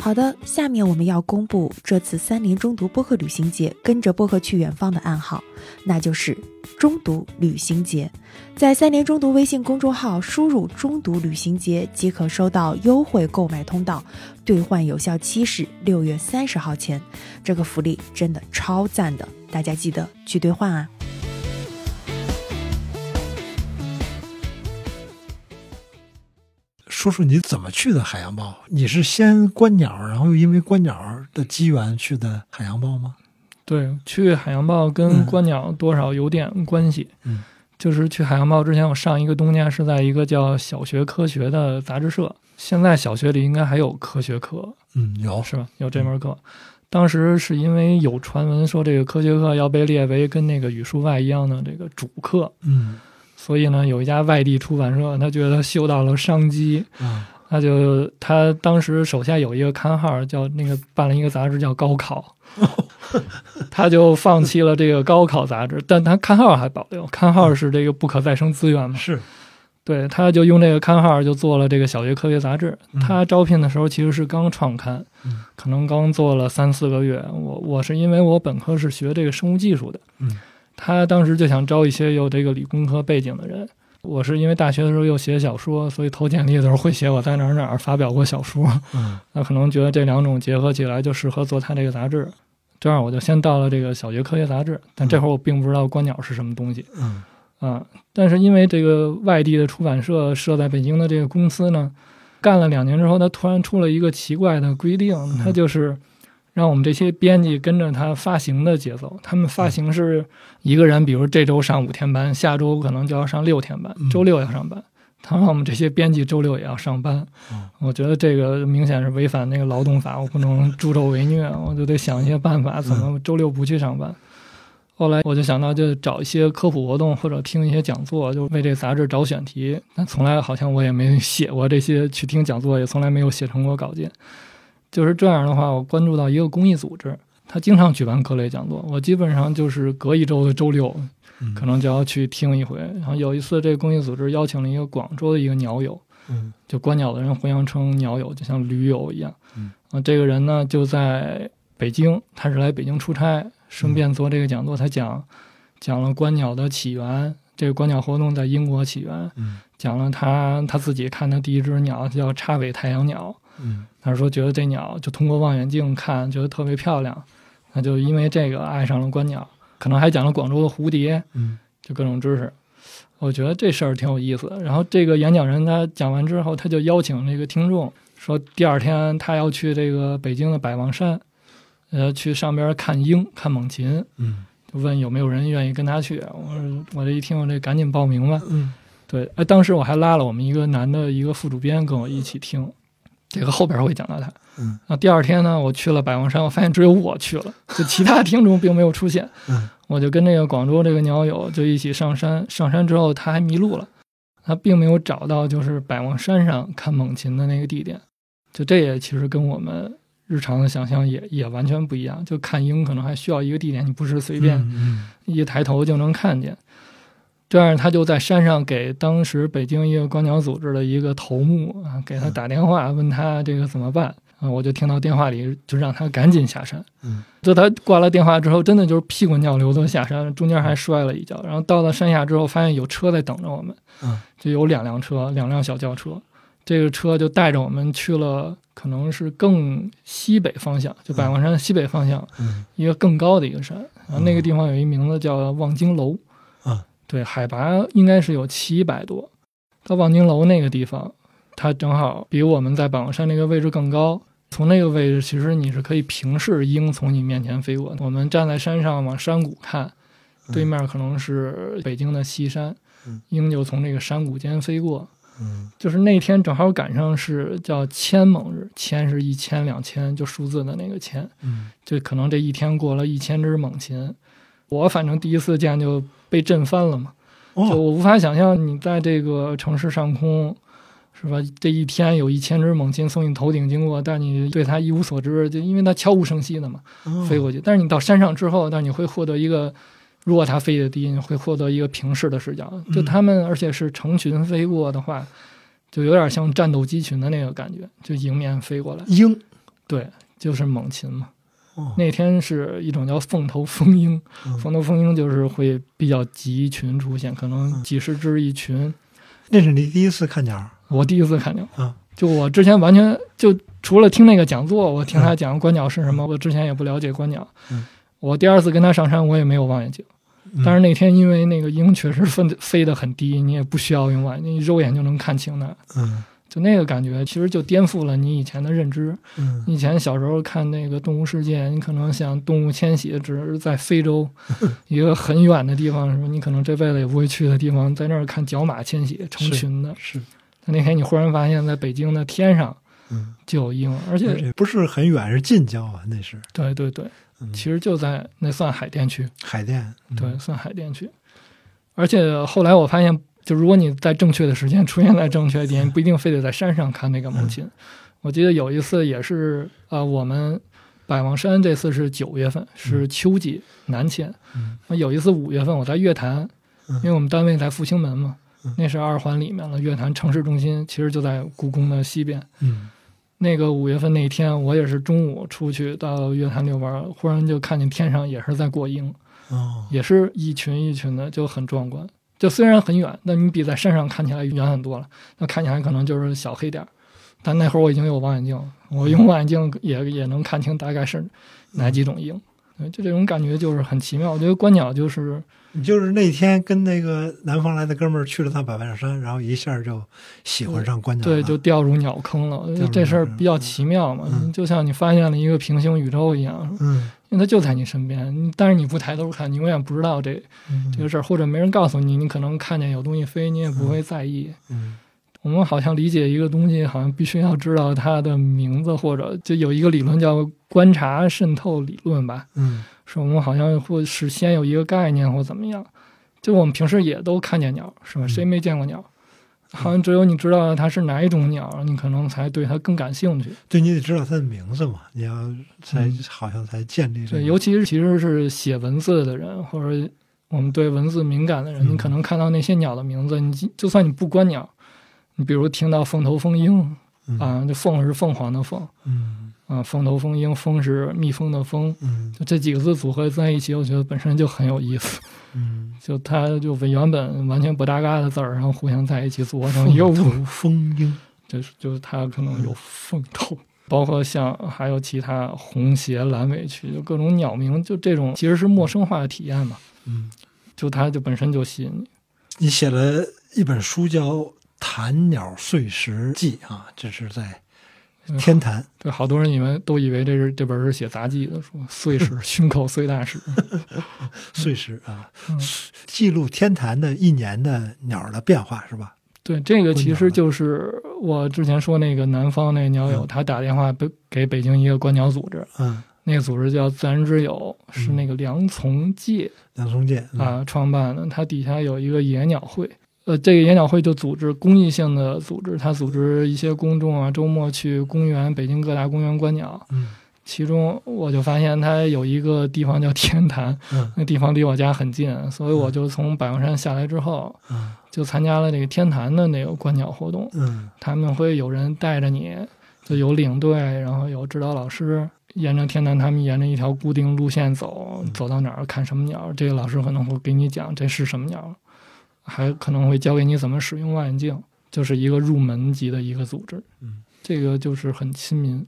C: 好的，下面我们要公布这次三联中读播客旅行节“跟着播客去远方”的暗号，那就是“中读旅行节”。在三联中读微信公众号输入“中读旅行节”，即可收到优惠购买通道，兑换有效期是六月三十号前。这个福利真的超赞的，大家记得去兑换啊！
B: 说说你怎么去的海洋报？你是先观鸟，然后又因为观鸟的机缘去的海洋报吗？
A: 对，去海洋报
B: 嗯
A: 跟观鸟多少有点关系。
B: 嗯，
A: 就是去海洋报之前，我上一个冬假是在一个叫《小学科学》的杂志社。现在小学里应该还有科学课，
B: 嗯，有
A: 是吧？有这门课。当时是因为有传闻说这个科学课要被列为跟那个语数外一样的这个主课，
B: 嗯
A: 所以呢，有一家外地出版社，他觉得嗅到了商机，
B: 啊
A: 他就他当时手下有一个刊号叫那个办了一个杂志叫《高考》，他就放弃了这个《高考》杂志， 但他刊号还保留，刊号是这个不可再生资源嘛。
B: 是
A: 对，他就用这个刊号就做了这个小学科学杂志
B: 嗯。
A: 他招聘的时候其实是刚创刊
B: 嗯，
A: 可能刚做了三四个月。我我是因为我本科是学这个生物技术的
B: 嗯，
A: 他当时就想招一些有这个理工科背景的人。我是因为大学的时候又写小说，所以投简历的时候会写我在哪儿哪儿发表过小说。
B: 嗯
A: 那可能觉得这两种结合起来就适合做他这个杂志。这样我就先到了这个小学科学杂志，但这会儿我并不知道观鸟是什么东西。
B: 嗯
A: 啊，但是因为这个外地的出版社设在北京的这个公司呢，干了两年之后，他突然出了一个奇怪的规定，他就是让我们这些编辑跟着他发行的节奏。他们发行是一个人，比如这周上五天班，下周可能就要上六天班
B: 嗯，
A: 周六要上班。他让我们这些编辑周六也要上班
B: 哦，
A: 我觉得这个明显是违反那个劳动法，我不能助纣为虐，我就得想一些办法，怎么周六不去上班。后来我就想到，就找一些科普活动或者听一些讲座，就为这杂志找选题。但从来好像我也没写过这些，去听讲座也从来没有写成过稿件。就是这样的话，我关注到一个公益组织，他经常举办各类讲座，我基本上就是隔一周的周六，
B: 嗯
A: 可能就要去听一回。然后有一次，这个公益组织邀请了一个广州的一个鸟友，
B: 嗯
A: 就观鸟的人互相称鸟友，就像驴友一样。
B: 嗯
A: 啊，这个人呢就在北京，他是来北京出差，顺便做这个讲座，他讲讲了观鸟的起源，这个观鸟活动在英国起源，
B: 嗯
A: 讲了他他自己看的第一只鸟叫叉尾太阳鸟，
B: 嗯
A: 他说觉得这鸟就通过望远镜看，觉得特别漂亮，那就因为这个爱上了观鸟，可能还讲了广州的蝴蝶，
B: 嗯
A: 就各种知识。我觉得这事儿挺有意思的。然后这个演讲人他讲完之后，他就邀请那个听众说，第二天他要去这个北京的百望山，呃，去上边看鹰、看猛禽，
B: 嗯
A: 就问有没有人愿意跟他去。我说我这一听，我这赶紧报名吧。
B: 嗯
A: 对，哎，当时我还拉了我们一个男的一个副主编跟我一起听，这个后边会讲到他。
B: 嗯
A: 那第二天呢，我去了百望山，我发现只有我去了，就其他听众并没有出现。
B: 嗯
A: 我就跟这个广州这个鸟友就一起上山，上山之后他还迷路了，他并没有找到就是百望山上看猛禽的那个地点，就这也其实跟我们日常的想象也也完全不一样，就看鹰可能还需要一个地点，你不是随便
B: 嗯
A: 一抬头就能看见。这样，他就在山上给当时北京一个观鸟组织的一个头目啊，给他打电话，问他这个怎么办啊？我就听到电话里就让他赶紧下山。
B: 嗯
A: 就他挂了电话之后，真的就是屁滚尿流的下山，中间还摔了一跤。然后到了山下之后，发现有车在等着我们，
B: 嗯
A: 就有两辆车，两辆小轿车。这个车就带着我们去了，可能是更西北方向，就百望山西北方向，
B: 嗯
A: 一个更高的一个山，然后那个地方有一名字叫望京楼，
B: 啊，
A: 对，海拔应该是有七百多。到望京楼那个地方，它正好比我们在板望山那个位置更高。从那个位置，其实你是可以平视鹰从你面前飞过的。我们站在山上往山谷看，
B: 嗯
A: 对面可能是北京的西山
B: 嗯，
A: 鹰就从这个山谷间飞过。
B: 嗯
A: 就是那天正好赶上是叫千猛日，千是一千两千，就数字的那个千。
B: 嗯
A: 就可能这一天过了一千只猛禽，我反正第一次见就被震翻了嘛，就
B: 哦
A: 我无法想象你在这个城市上空，是吧？这一天有一千只猛禽从你头顶经过，但你对它一无所知，就因为它悄无声息的嘛
B: 哦
A: 飞过去。但是你到山上之后，但你会获得一个，如果它飞得低，你会获得一个平视的视角。就它们，而且是成群飞过的话，就有点像战斗机群的那个感觉，就迎面飞过来。
B: 鹰
A: 对，就是猛禽嘛。
B: 哦
A: 那天是一种叫凤头蜂鹰，
B: 嗯
A: 凤头蜂鹰就是会比较集群出现，可能几十只一群。
B: 那是你第一次看鸟儿
A: 我第一次看见，
B: 啊？
A: 就我之前完全就除了听那个讲座，我听他讲观鸟是什么，我之前也不了解观鸟
B: 嗯。
A: 我第二次跟他上山，我也没有望远镜，
B: 嗯
A: 但是那天因为那个鹰确实飞飞得很低，你也不需要用望远镜，你肉眼就能看清的，
B: 嗯
A: 就那个感觉其实就颠覆了你以前的认知。
B: 嗯
A: 以前小时候看那个《动物世界》，你可能想动物迁徙只是在非洲一个很远的地方，什么你可能这辈子也不会去的地方，在那儿看角马迁徙成群的。
B: 是
A: 但那天你忽然发现，在北京的天上
B: 嗯，
A: 就有鹰，而且
B: 也不是很远，是近郊啊，那是
A: 对对对，
B: 嗯
A: 其实就在那算海淀区，
B: 海淀嗯
A: 对，算海淀区。而且后来我发现，就如果你在正确的时间 出现在正确的点，不一定非得在山上看那个
B: 嗯
A: 猛禽。我记得有一次也是，呃，我们百望山这次是九月份，是秋季南迁。
B: 嗯
A: 那有一次五月份我在乐坛，
B: 嗯
A: 因为我们单位在复兴门嘛
B: 嗯，
A: 那是二环里面了，乐坛城市中心其实就在故宫的西边。
B: 嗯
A: 那个五月份那一天，我也是中午出去到乐坛遛弯儿，忽然就看见天上也是在过鹰。
B: 哦
A: 也是一群一群的，就很壮观。就虽然很远，但你比在山上看起来远很多了。那看起来可能就是小黑点儿，但那会儿我已经有望远镜了，我用望远镜也也能看清大概是哪几种鹰。对就这种感觉就是很奇妙。我觉得观鸟就是
B: 你就是那天跟那个南方来的哥们儿去了趟百万山，然后一下就喜欢上观鸟了。
A: 对，就掉入鸟坑了。我觉
B: 掉
A: 得
B: 入
A: 这事儿
B: 鸟坑
A: 比较奇妙嘛，
B: 嗯
A: 就像你发现了一个平行宇宙一样，
B: 嗯，
A: 因为它就在你身边，你但是你不抬头看，你永远不知道这
B: 嗯
A: 这个事儿，或者没人告诉你，你可能看见有东西飞，你也不会在意。
B: 嗯
A: 我们好像理解一个东西，好像必须要知道它的名字，或者就有一个理论叫观察渗透理论吧，
B: 嗯
A: 是我们好像会是先有一个概念或怎么样。就我们平时也都看见鸟，是
B: 嗯
A: 吧？谁没见过鸟？好像只有你知道它是哪一种鸟，你可能才对它更感兴趣。
B: 对你得知道它的名字嘛，你要才、
A: 嗯
B: 好像才建立这
A: 对，
B: 个
A: 尤其是其实是写文字的人，或者我们对文字敏感的人，
B: 嗯
A: 你可能看到那些鸟的名字，你就就算你不观鸟，你比如听到凤头凤鹰
B: 嗯
A: 啊啊，这凤是凤凰的凤，
B: 嗯
A: 啊、风头风鹰，风是蜜蜂的蜂，
B: 嗯
A: 就这几个字组合在一起，我觉得本身就很有意思。
B: 嗯，
A: 就它就原本完全不搭嘎的字儿，然后互相在一起组合成一个物，
B: 头风鹰，
A: 就是就是它可能有凤头，包括像还有其他红鞋、蓝尾曲，就各种鸟鸣，就这种其实是陌生化的体验嘛。
B: 嗯，
A: 就它就本身就吸引你。
B: 你写了一本书叫《谈鸟碎石记》啊，这是在
A: 嗯
B: 天坛。
A: 对，好多人以为都以为这是这本是写杂技的书，碎 石胸口碎大石。
B: 碎石啊
A: 嗯，
B: 记录天坛的一年的鸟的变化是吧？
A: 对，这个其
B: 观鸟
A: 实
B: 的
A: 就是我之前说那个南方那鸟友，
B: 嗯
A: 他打电话给给北京一个观鸟组织，
B: 嗯，
A: 那个组织叫自然之友，是那个梁从诫
B: 梁松健嗯
A: 啊创办的，他底下有一个野鸟会。呃，这个野鸟会就组织公益性的组织，他组织一些公众啊，周末去公园，北京各大公园观鸟。
B: 嗯
A: 其中我就发现他有一个地方叫 天坛，
B: 嗯
A: 那地方离我家很近，所以我就从百望山下来之后，
B: 嗯
A: 就参加了那个天坛的那个观鸟活动。
B: 嗯
A: 他们会有人带着你，就有领队，然后有指导老师，沿着天坛，他们沿着一条固定路线走，
B: 嗯
A: 走到哪儿看什么鸟，这个老师可能会给你讲这是什么鸟，还可能会教给你怎么使用望远镜，就是一个入门级的一个组织。
B: 嗯，
A: 这个就是很亲民。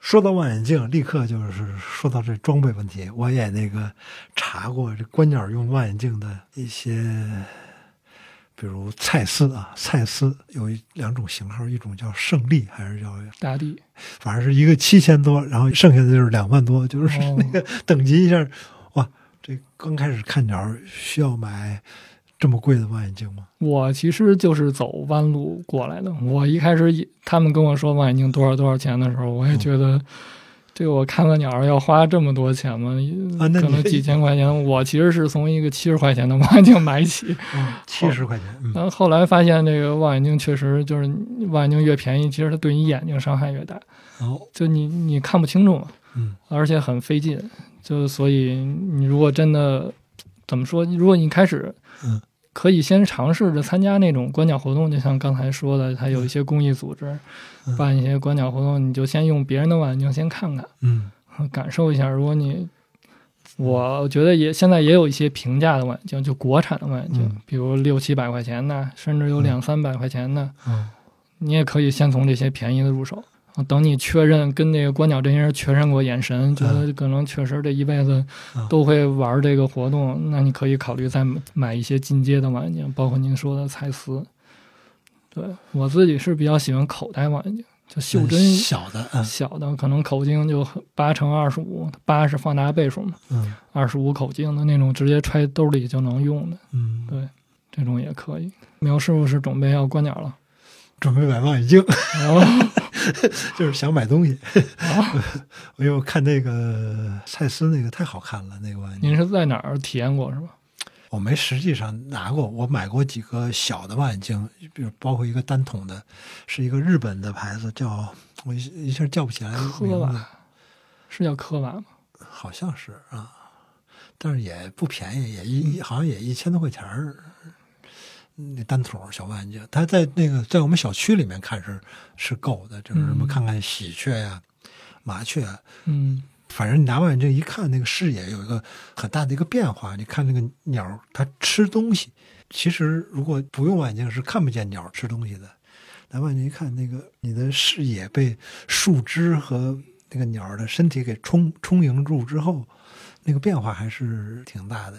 B: 说到望远镜，立刻就是说到这装备问题。我也那个查过这观鸟用望远镜的一些，比如蔡司啊，蔡司有一两种型号，一种叫胜利，还是叫
A: 大地，
B: 反正是一个七千多，然后剩下的就是两万多，就是
A: 哦
B: 那个等级一下，哇，这刚开始看鸟需要买这么贵的望远镜吗？
A: 我其实就是走弯路过来的。我一开始也他们跟我说望远镜多少多少钱的时候，我
B: 嗯
A: 也觉得，这个我看个鸟儿要花这么多钱吗？
B: 啊，那
A: 可
B: 你
A: 能几千块钱，我其实是从一个七十块钱的 望远镜买起，
B: 七十块钱，嗯
A: 然后后来发现这个望远镜确实就是望远镜越便宜，其实它对你眼睛伤害越大，
B: 哦，
A: 就你你看不清楚嘛，
B: 嗯
A: 而且很费劲，就所以你如果真的怎么说，如果你开始
B: 嗯
A: 可以先尝试着参加那种观鸟活动，就像刚才说的，它有一些公益组织
B: 嗯
A: 办一些观鸟活动，你就先用别人的望远镜先看看。
B: 嗯
A: 感受一下。如果你，我觉得也现在也有一些平价的望远镜，就国产的望远镜，
B: 嗯
A: 比如六七百块钱的，甚至有
B: 嗯
A: 两三百块钱的，
B: 嗯
A: 你也可以先从这些便宜的入手。啊等你确认跟那个观鸟这些人确认过眼神，觉得可能确实这一辈子
B: 嗯
A: 都会玩这个活动，那你可以考虑再买买一些进阶的望远镜，包括您说的蔡司。对我自己是比较喜欢口袋望远镜，就袖珍
B: 嗯小的，嗯
A: 小的，可能口径就八乘二十五，八是放大倍数嘛，
B: 嗯
A: 二十五口径的那种，直接揣兜里就能用的，
B: 嗯，
A: 对，这种也可以。苗师傅是准备要观鸟了，
B: 准备买望远镜，
A: 然后
B: 就是想买东西， 因为我看那个蔡司那个太好看了，那个望远镜。
A: 您是在哪儿体验过是吧？
B: 我没实际上拿过，我买过几个小的望远镜，比如包括一个单筒的，是一个日本的牌子，叫我一一下叫不起来
A: 科
B: 名字，
A: 瓦是叫科瓦吗？
B: 好像是啊，但是也不便宜，也一、好像也一千多块钱儿。那单筒小望远镜，它在那个在我们小区里面看是是够的，就是什么
A: 嗯
B: 看看喜鹊呀、麻雀啊
A: 嗯，
B: 反正你拿望远镜一看，那个视野有一个很大的一个变化。你看那个鸟儿，它吃东西，其实如果不用望远镜是看不见鸟儿吃东西的。拿望远镜一看，那个你的视野被树枝和那个鸟儿的身体给充充盈住之后，那个变化还是挺大的。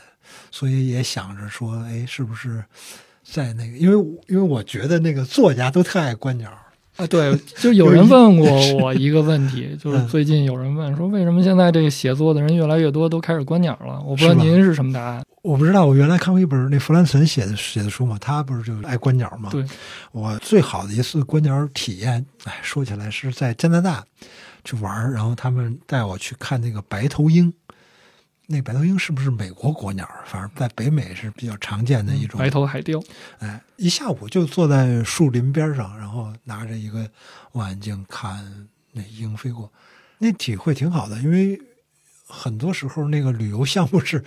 B: 所以也想着说，哎，是不是在那个？因为我因为我觉得那个作家都特爱观鸟儿，
A: 啊，对，就有人问 过我一个问题，就是
B: 嗯
A: 最近有人问说，为什么现在这个写作的人越来越多，都开始观鸟了？我不知道
B: 是吧
A: 您是什么答案。
B: 我不知道，我原来看过一本那弗兰岑写的写的书嘛，他不是就爱观鸟嘛。
A: 对，
B: 我最好的一次观鸟体验，哎，说起来是在加拿大去玩儿，然后他们带我去看那个白头鹰。那白头鹰是不是美国国鸟儿？反正在北美是比较常见的一种。
A: 嗯白头海雕，
B: 哎，一下午就坐在树林边上，然后拿着一个望远镜看那鹰飞过，那体会挺好的。因为很多时候那个旅游项目是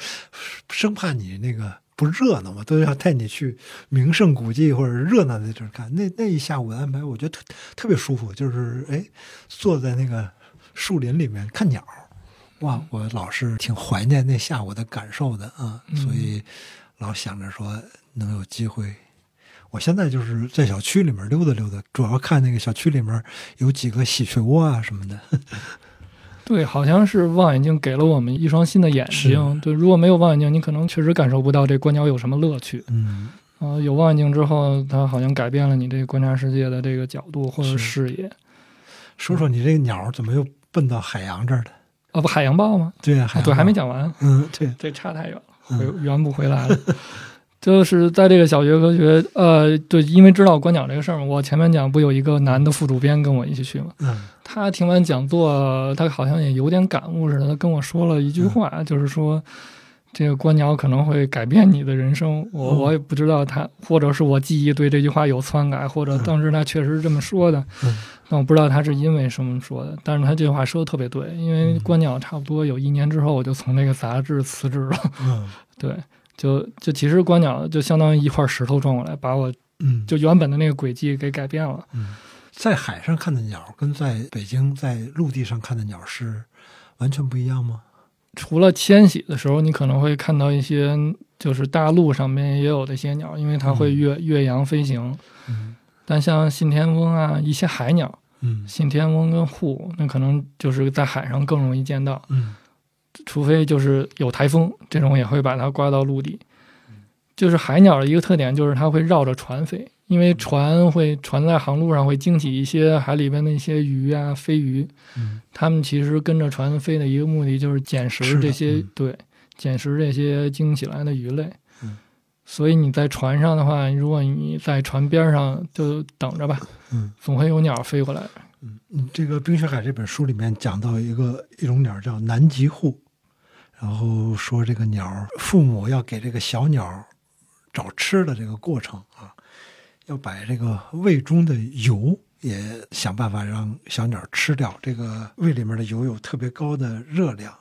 B: 生怕你那个不热闹嘛，都要带你去名胜古迹或者热闹的地儿看。那那一下午的安排，我觉得特特别舒服，就是哎，坐在那个树林里面看鸟。哇，我老是挺怀念那下午的感受的啊，
A: 嗯
B: 所以老想着说能有机会。我现在就是在小区里面溜达溜达，主要看那个小区里面有几个喜鹊窝啊什么的。
A: 对，好像是望远镜给了我们一双新的眼睛。
B: 是
A: 对，如果没有望远镜，你可能确实感受不到这观鸟有什么乐趣。
B: 嗯，
A: 啊、有望远镜之后，它好像改变了你这个观察世界的这个角度或者
B: 是
A: 视野。
B: 说说你这个鸟怎么又奔到海洋这儿了？
A: 啊，不，海洋报吗？
B: 对呀、海
A: 啊
B: 洋
A: 对，还没
B: 报。
A: 讲完，
B: 嗯，对，
A: 这差太远了，回
B: 嗯
A: 圆不回来了。就是在这个小学科学，呃，对，因为知道观鸟这个事儿嘛，我前面讲不有一个男的副主编跟我一起去嘛，
B: 嗯
A: 他听完讲座，他好像也有点感悟似的，他跟我说了一
B: 嗯
A: 句话，就是说这个观鸟可能会改变你的人生。我、
B: 嗯
A: 我也不知道他，或者是我记忆对这句话有篡改，或者
B: 嗯
A: 当时他确实是这么说的，
B: 嗯
A: 但我不知道他是因为什么说的。但是他这句话说的特别对，因为
B: 嗯
A: 观鸟差不多有一年之后，我就从这个杂志辞职了。
B: 嗯
A: 对，就就其实观鸟就相当于一块石头撞过来，把我
B: 嗯，
A: 就原本的那个轨迹给改变了。
B: 嗯，在海上看的鸟跟在北京在陆地上看的鸟是完全不一样吗？
A: 除了迁徙的时候，你可能会看到一些，就是大陆上面也有的一些鸟，因为它会
B: 嗯
A: 越越洋飞行。
B: 嗯
A: 但像信天翁啊，一些海鸟，
B: 嗯
A: 信天翁跟户，那可能就是在海上更容易见到，
B: 嗯
A: 除非就是有台风，这种也会把它刮到陆地。就是海鸟的一个特点就是它会绕着船飞，因为船会船在航路上会惊起一些海里边的一些鱼啊、飞鱼，
B: 嗯
A: 他们其实跟着船飞的一个目的就是捡
B: 吃
A: 食
B: 的
A: 这些，
B: 嗯
A: 对，捡食这些惊起来的鱼类。
B: 嗯
A: 所以你在船上的话，如果你在船边上就等着吧，
B: 嗯
A: 总会有鸟飞过来。
B: 嗯嗯，这个《冰雪海》这本书里面讲到一个一种鸟叫南极户，然后说这个鸟父母要给这个小鸟找吃的这个过程啊，要把这个胃中的油也想办法让小鸟吃掉。这个胃里面的油有特别高的热量，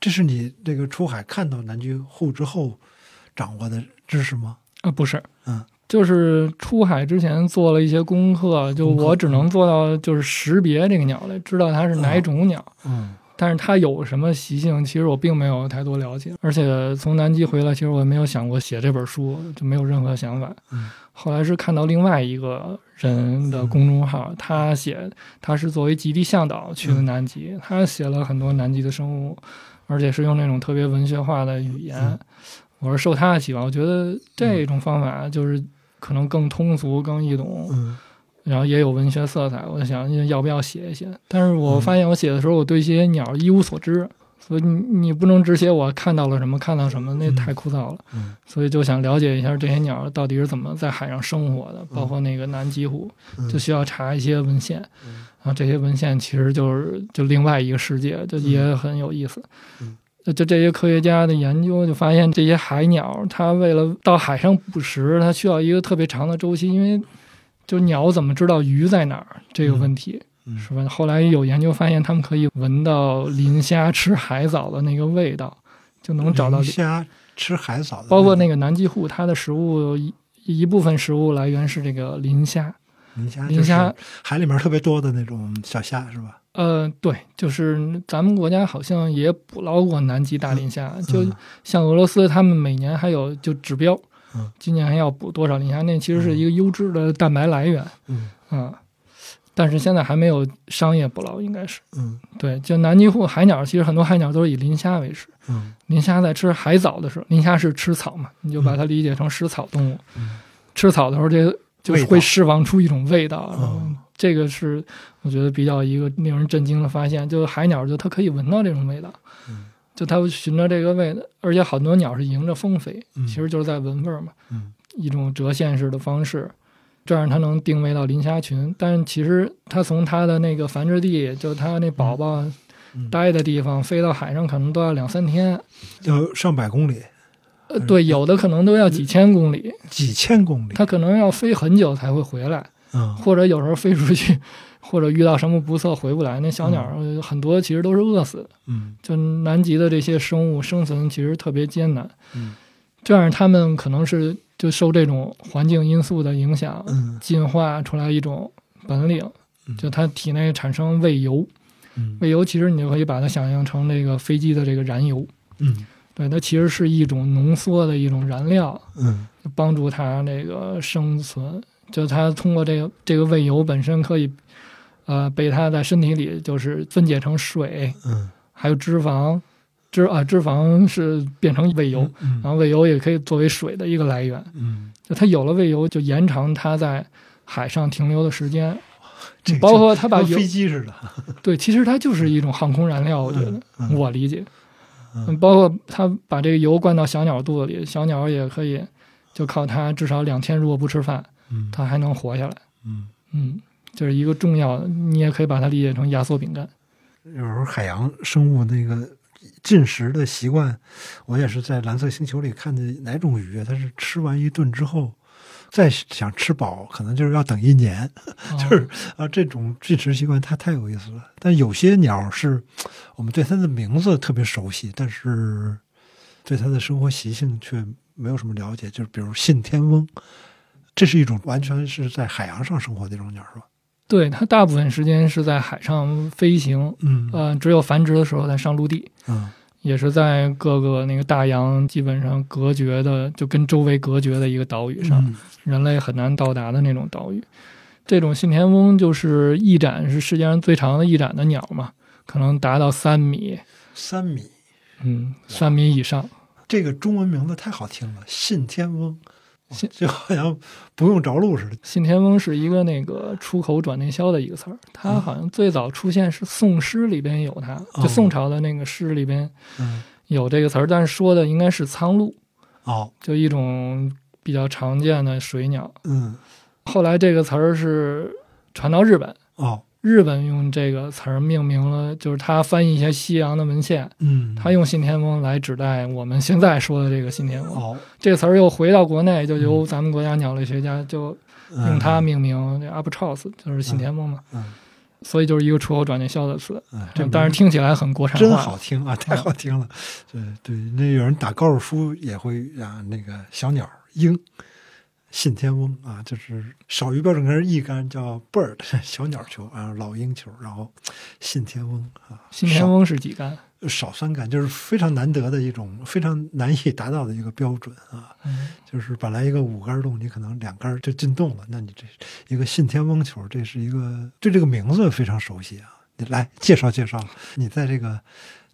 B: 这是你这个出海看到南极户之后掌握的知识吗？
A: 啊，不是，
B: 嗯，
A: 就是出海之前做了一些功课，就
B: 功课嗯
A: 我只能做到就是识别这个鸟类，知道它是哪种鸟。
B: 嗯
A: 但是它有什么习性，其实我并没有太多了解。而且从南极回来，其实我也没有想过写这本书，就没有任何想法。
B: 嗯
A: 后来是看到另外一个人的公众号，他写他是作为极地向导去的南极，
B: 嗯
A: 他写了很多南极的生物，而且是用那种特别文学化的语言。
B: 嗯
A: 我是受他的启发，我觉得这种方法就是可能更通俗、更易懂。
B: 嗯
A: 然后也有文学色彩，我就想要不要写一写。但是
B: 嗯
A: 我发现我写的时候，我对这些鸟一无所知，所以你你不能只写我看到了什么，看到什么，那
B: 嗯
A: 太枯燥了。
B: 嗯
A: 所以就想了解一下这些鸟到底是怎么在海上生活的，包括那个南极虎，
B: 嗯，
A: 就需要查一些文献。
B: 嗯
A: 然啊后这些文献其实就是就另外一个世界，就也很有意思。呃
B: 嗯
A: 就就这些科学家的研究就发现，这些海鸟它为了到海上捕食，它需要一个特别长的周期，因为就鸟怎么知道鱼在哪儿这个问题、
B: 嗯
A: 是吧？后来有研究发现，它们可以闻到磷虾吃海藻的那个味道，就能找到
B: 磷，虾吃海藻的，
A: 包括那个南极户，它的食物一一部分食物来源是这个磷虾。
B: 磷虾，
A: 磷虾
B: 海里面特别多的那种小虾是吧？
A: 呃，对，就是咱们国家好像也捕捞过南极大磷虾，就像俄罗斯，他们每年还有就指标，
B: 嗯
A: 今年还要捕多少磷虾，那其实是一个优质的蛋白来源啊、
B: 嗯
A: 但是现在还没有商业捕捞，应该是
B: 嗯
A: 对。就南极户海鸟，其实很多海鸟都是以磷虾为食。
B: 嗯
A: 磷虾在吃海藻的时候，磷虾是吃草嘛，你就把它理解成食草动物。
B: 嗯
A: 吃草的时候，这就是
B: 味
A: 会
B: 道
A: 释放出一种味道。
B: 哦
A: 然后这个是我觉得比较一个令人震惊的发现，就是海鸟就它可以闻到这种味道，
B: 嗯
A: 就它会循着这个味道，而且很多鸟是迎着风飞，
B: 嗯
A: 其实就是在闻味儿嘛，
B: 嗯
A: 一种折线式的方式。这样它能定位到磷虾群，但其实它从它的那个繁殖地，就它那宝宝
B: 嗯，
A: 待的地方，飞到海上可能都要两三天。
B: 要上百公里，
A: 呃，对，有的可能都要几千公里，
B: 几千公里，
A: 它可能要飞很久才会回来，
B: 嗯
A: 或者有时候飞出去，或者遇到什么不测回不来。那小鸟呃很多其实都是饿死的，
B: 嗯
A: 就南极的这些生物生存其实特别艰难，
B: 嗯
A: 这样它们可能是就受这种环境因素的影响，
B: 嗯
A: 进化出来一种本领，
B: 嗯
A: 就它体内产生胃油，
B: 嗯
A: 煤油其实你就可以把它想象成这个飞机的这个燃油，
B: 嗯
A: 对，它其实是一种浓缩的一种燃料，
B: 嗯
A: 帮助它这个生存。就它通过这个这个胃油本身可以，呃，被它在身体里就是分解成水，
B: 嗯，
A: 还有脂肪，脂啊脂肪是变成胃油，
B: 嗯，
A: 然后胃油也可以作为水的一个来源。
B: 嗯，
A: 就它有了胃油，就延长它在海上停留的时间，
B: 这
A: 包括它把
B: 跟
A: 油
B: 飞机似的，
A: 对，其实它就是一种航空燃料，我觉得。
B: 嗯
A: 我理解，
B: 嗯
A: 嗯，包括他把这个油灌到小鸟肚子里，小鸟也可以就靠它至少两天，如果不吃饭，
B: 嗯
A: 它还能活下来。
B: 嗯。
A: 嗯，就是一个重要的，你也可以把它理解成压缩饼 干。
B: 有时候海洋生物那个进食的习惯，我也是在《蓝色星球》里看见哪种鱼，它是吃完一顿之后，再想吃饱，可能就是要等一年就是啊。这种进食习惯它太有意思了。但有些鸟是我们对它的名字特别熟悉，但是对它的生活习性却没有什么了解。就是比如信天翁，这是一种完全是在海洋上生活的一种鸟，是吧？
A: 对它大部分时间是在海上飞行，
B: 嗯
A: 呃，只有繁殖的时候才上陆地，
B: 嗯
A: 也是在各个那个大洋基本上隔绝的，就跟周围隔绝的一个岛屿上。
B: 嗯
A: 人类很难到达的那种岛屿。这种信天翁就是翼展是世界上最长的翼展的鸟嘛，可能达到三米，
B: 三米。
A: 嗯，三米以上。
B: 这个中文名字太好听了，信天翁，哇
A: 信
B: 就好像不用着陆似的。
A: 信天翁是一个那个出口转内销的一个词儿，它好像最早出现是宋诗里边有它，
B: 哦
A: 就宋朝的那个诗里边
B: 嗯，
A: 有这个词儿，但是说的应该是苍鹭，
B: 哦，
A: 就一种比较常见的水鸟。
B: 嗯，
A: 后来这个词儿是传到日本，
B: 哦，
A: 日本用这个词儿命名了，就是他翻译一些西洋的文献，
B: 嗯，
A: 他用信天翁来指代我们现在说的这个信天翁。
B: 哦，
A: 这个词儿又回到国内，就由咱们国家鸟类学家就
B: 嗯
A: 用它，命名，这 albatross 就是信天翁嘛，
B: 嗯，
A: 所以就是一个出口转内销的词。
B: 嗯这
A: 但是
B: 名字
A: 听起来很国产化，
B: 真好听啊，太好听了。对对，那有人打高尔夫也会啊，那个小鸟鹰。信天翁啊，就是少于标准跟一杆叫 bird 小鸟球啊，老鹰球，然后信天翁啊，
A: 信天翁是几杆？
B: 少少三杆，就是非常难得的一种，非常难以达到的一个标准啊。
A: 嗯
B: 就是本来一个五杆洞，你可能两杆就进洞了，那你这一个信天翁球，这是一个对这个名字非常熟悉啊。你来介绍介绍，你在这个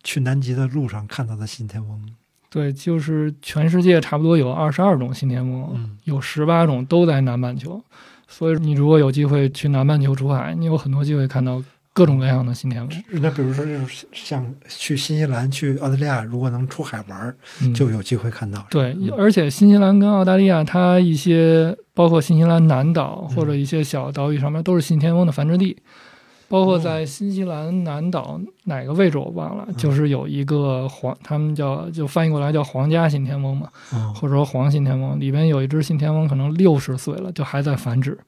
B: 去南极的路上看到的信天翁，
A: 对，就是全世界差不多有二十二种信天翁，
B: 嗯
A: 有十八种都在南半球，所以你如果有机会去南半球出海，你有很多机会看到各种各样的信天翁。
B: 嗯那比如说这种像去新西兰、去澳大利亚，如果能出海玩儿，
A: 嗯、
B: 就有机会看到。
A: 对，而且新西兰跟澳大利亚，它一些包括新西兰南岛
B: 嗯
A: 或者一些小岛屿上面都是信天翁的繁殖地，包括
B: 哦
A: 在新西兰南岛哪个位置我忘了，
B: 嗯
A: 就是有一个皇，他们叫就翻译过来叫皇家信天翁嘛，
B: 嗯
A: 或者说黄信天翁，里边有一只信天翁可能六十岁了，就还在繁殖。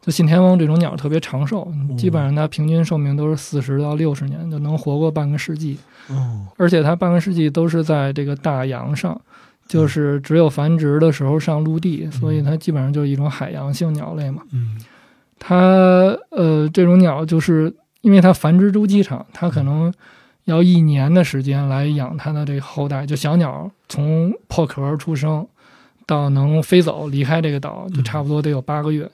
A: 就信天翁这种鸟特别长寿，
B: 嗯
A: 基本上它平均寿命都是四十到六十年，就能活过半个世纪。
B: 哦
A: 而且它半个世纪都是在这个大洋上，就是只有繁殖的时候上陆地，所以它基本上就是一种海洋性鸟类嘛。
B: 嗯
A: 它呃，这种鸟就是因为它繁殖周期长，它可能要一年的时间来养它的这个后代。就小鸟从破壳出生到能飞走离开这个岛，就差不多得有八个月。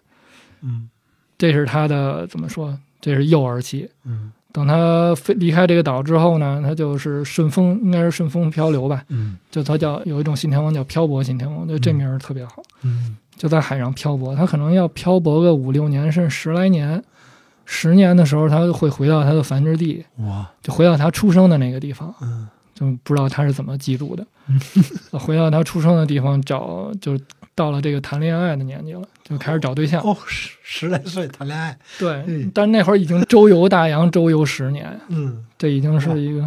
B: 嗯
A: 这是它的怎么说？这是幼儿期。
B: 嗯
A: 等它飞离开这个岛之后呢，它就是顺风，应该是顺风漂流吧。
B: 嗯
A: 就它叫有一种信天翁叫漂泊信天翁，就这名儿特别好，
B: 嗯
A: 就在海上漂泊，它可能要漂泊个五六年，甚至十来年。十年的时候，它会回到它的繁殖地，
B: 哇
A: 就回到它出生的那个地方，
B: 嗯
A: 就不知道它是怎么记录的。回到它出生的地方找，就到了这个谈恋爱的年纪了，就开始找对象。
B: 哦十十来岁谈恋爱，
A: 对
B: 嗯，
A: 但那会儿已经周游大洋，周游十年，
B: 嗯，
A: 这已经是一个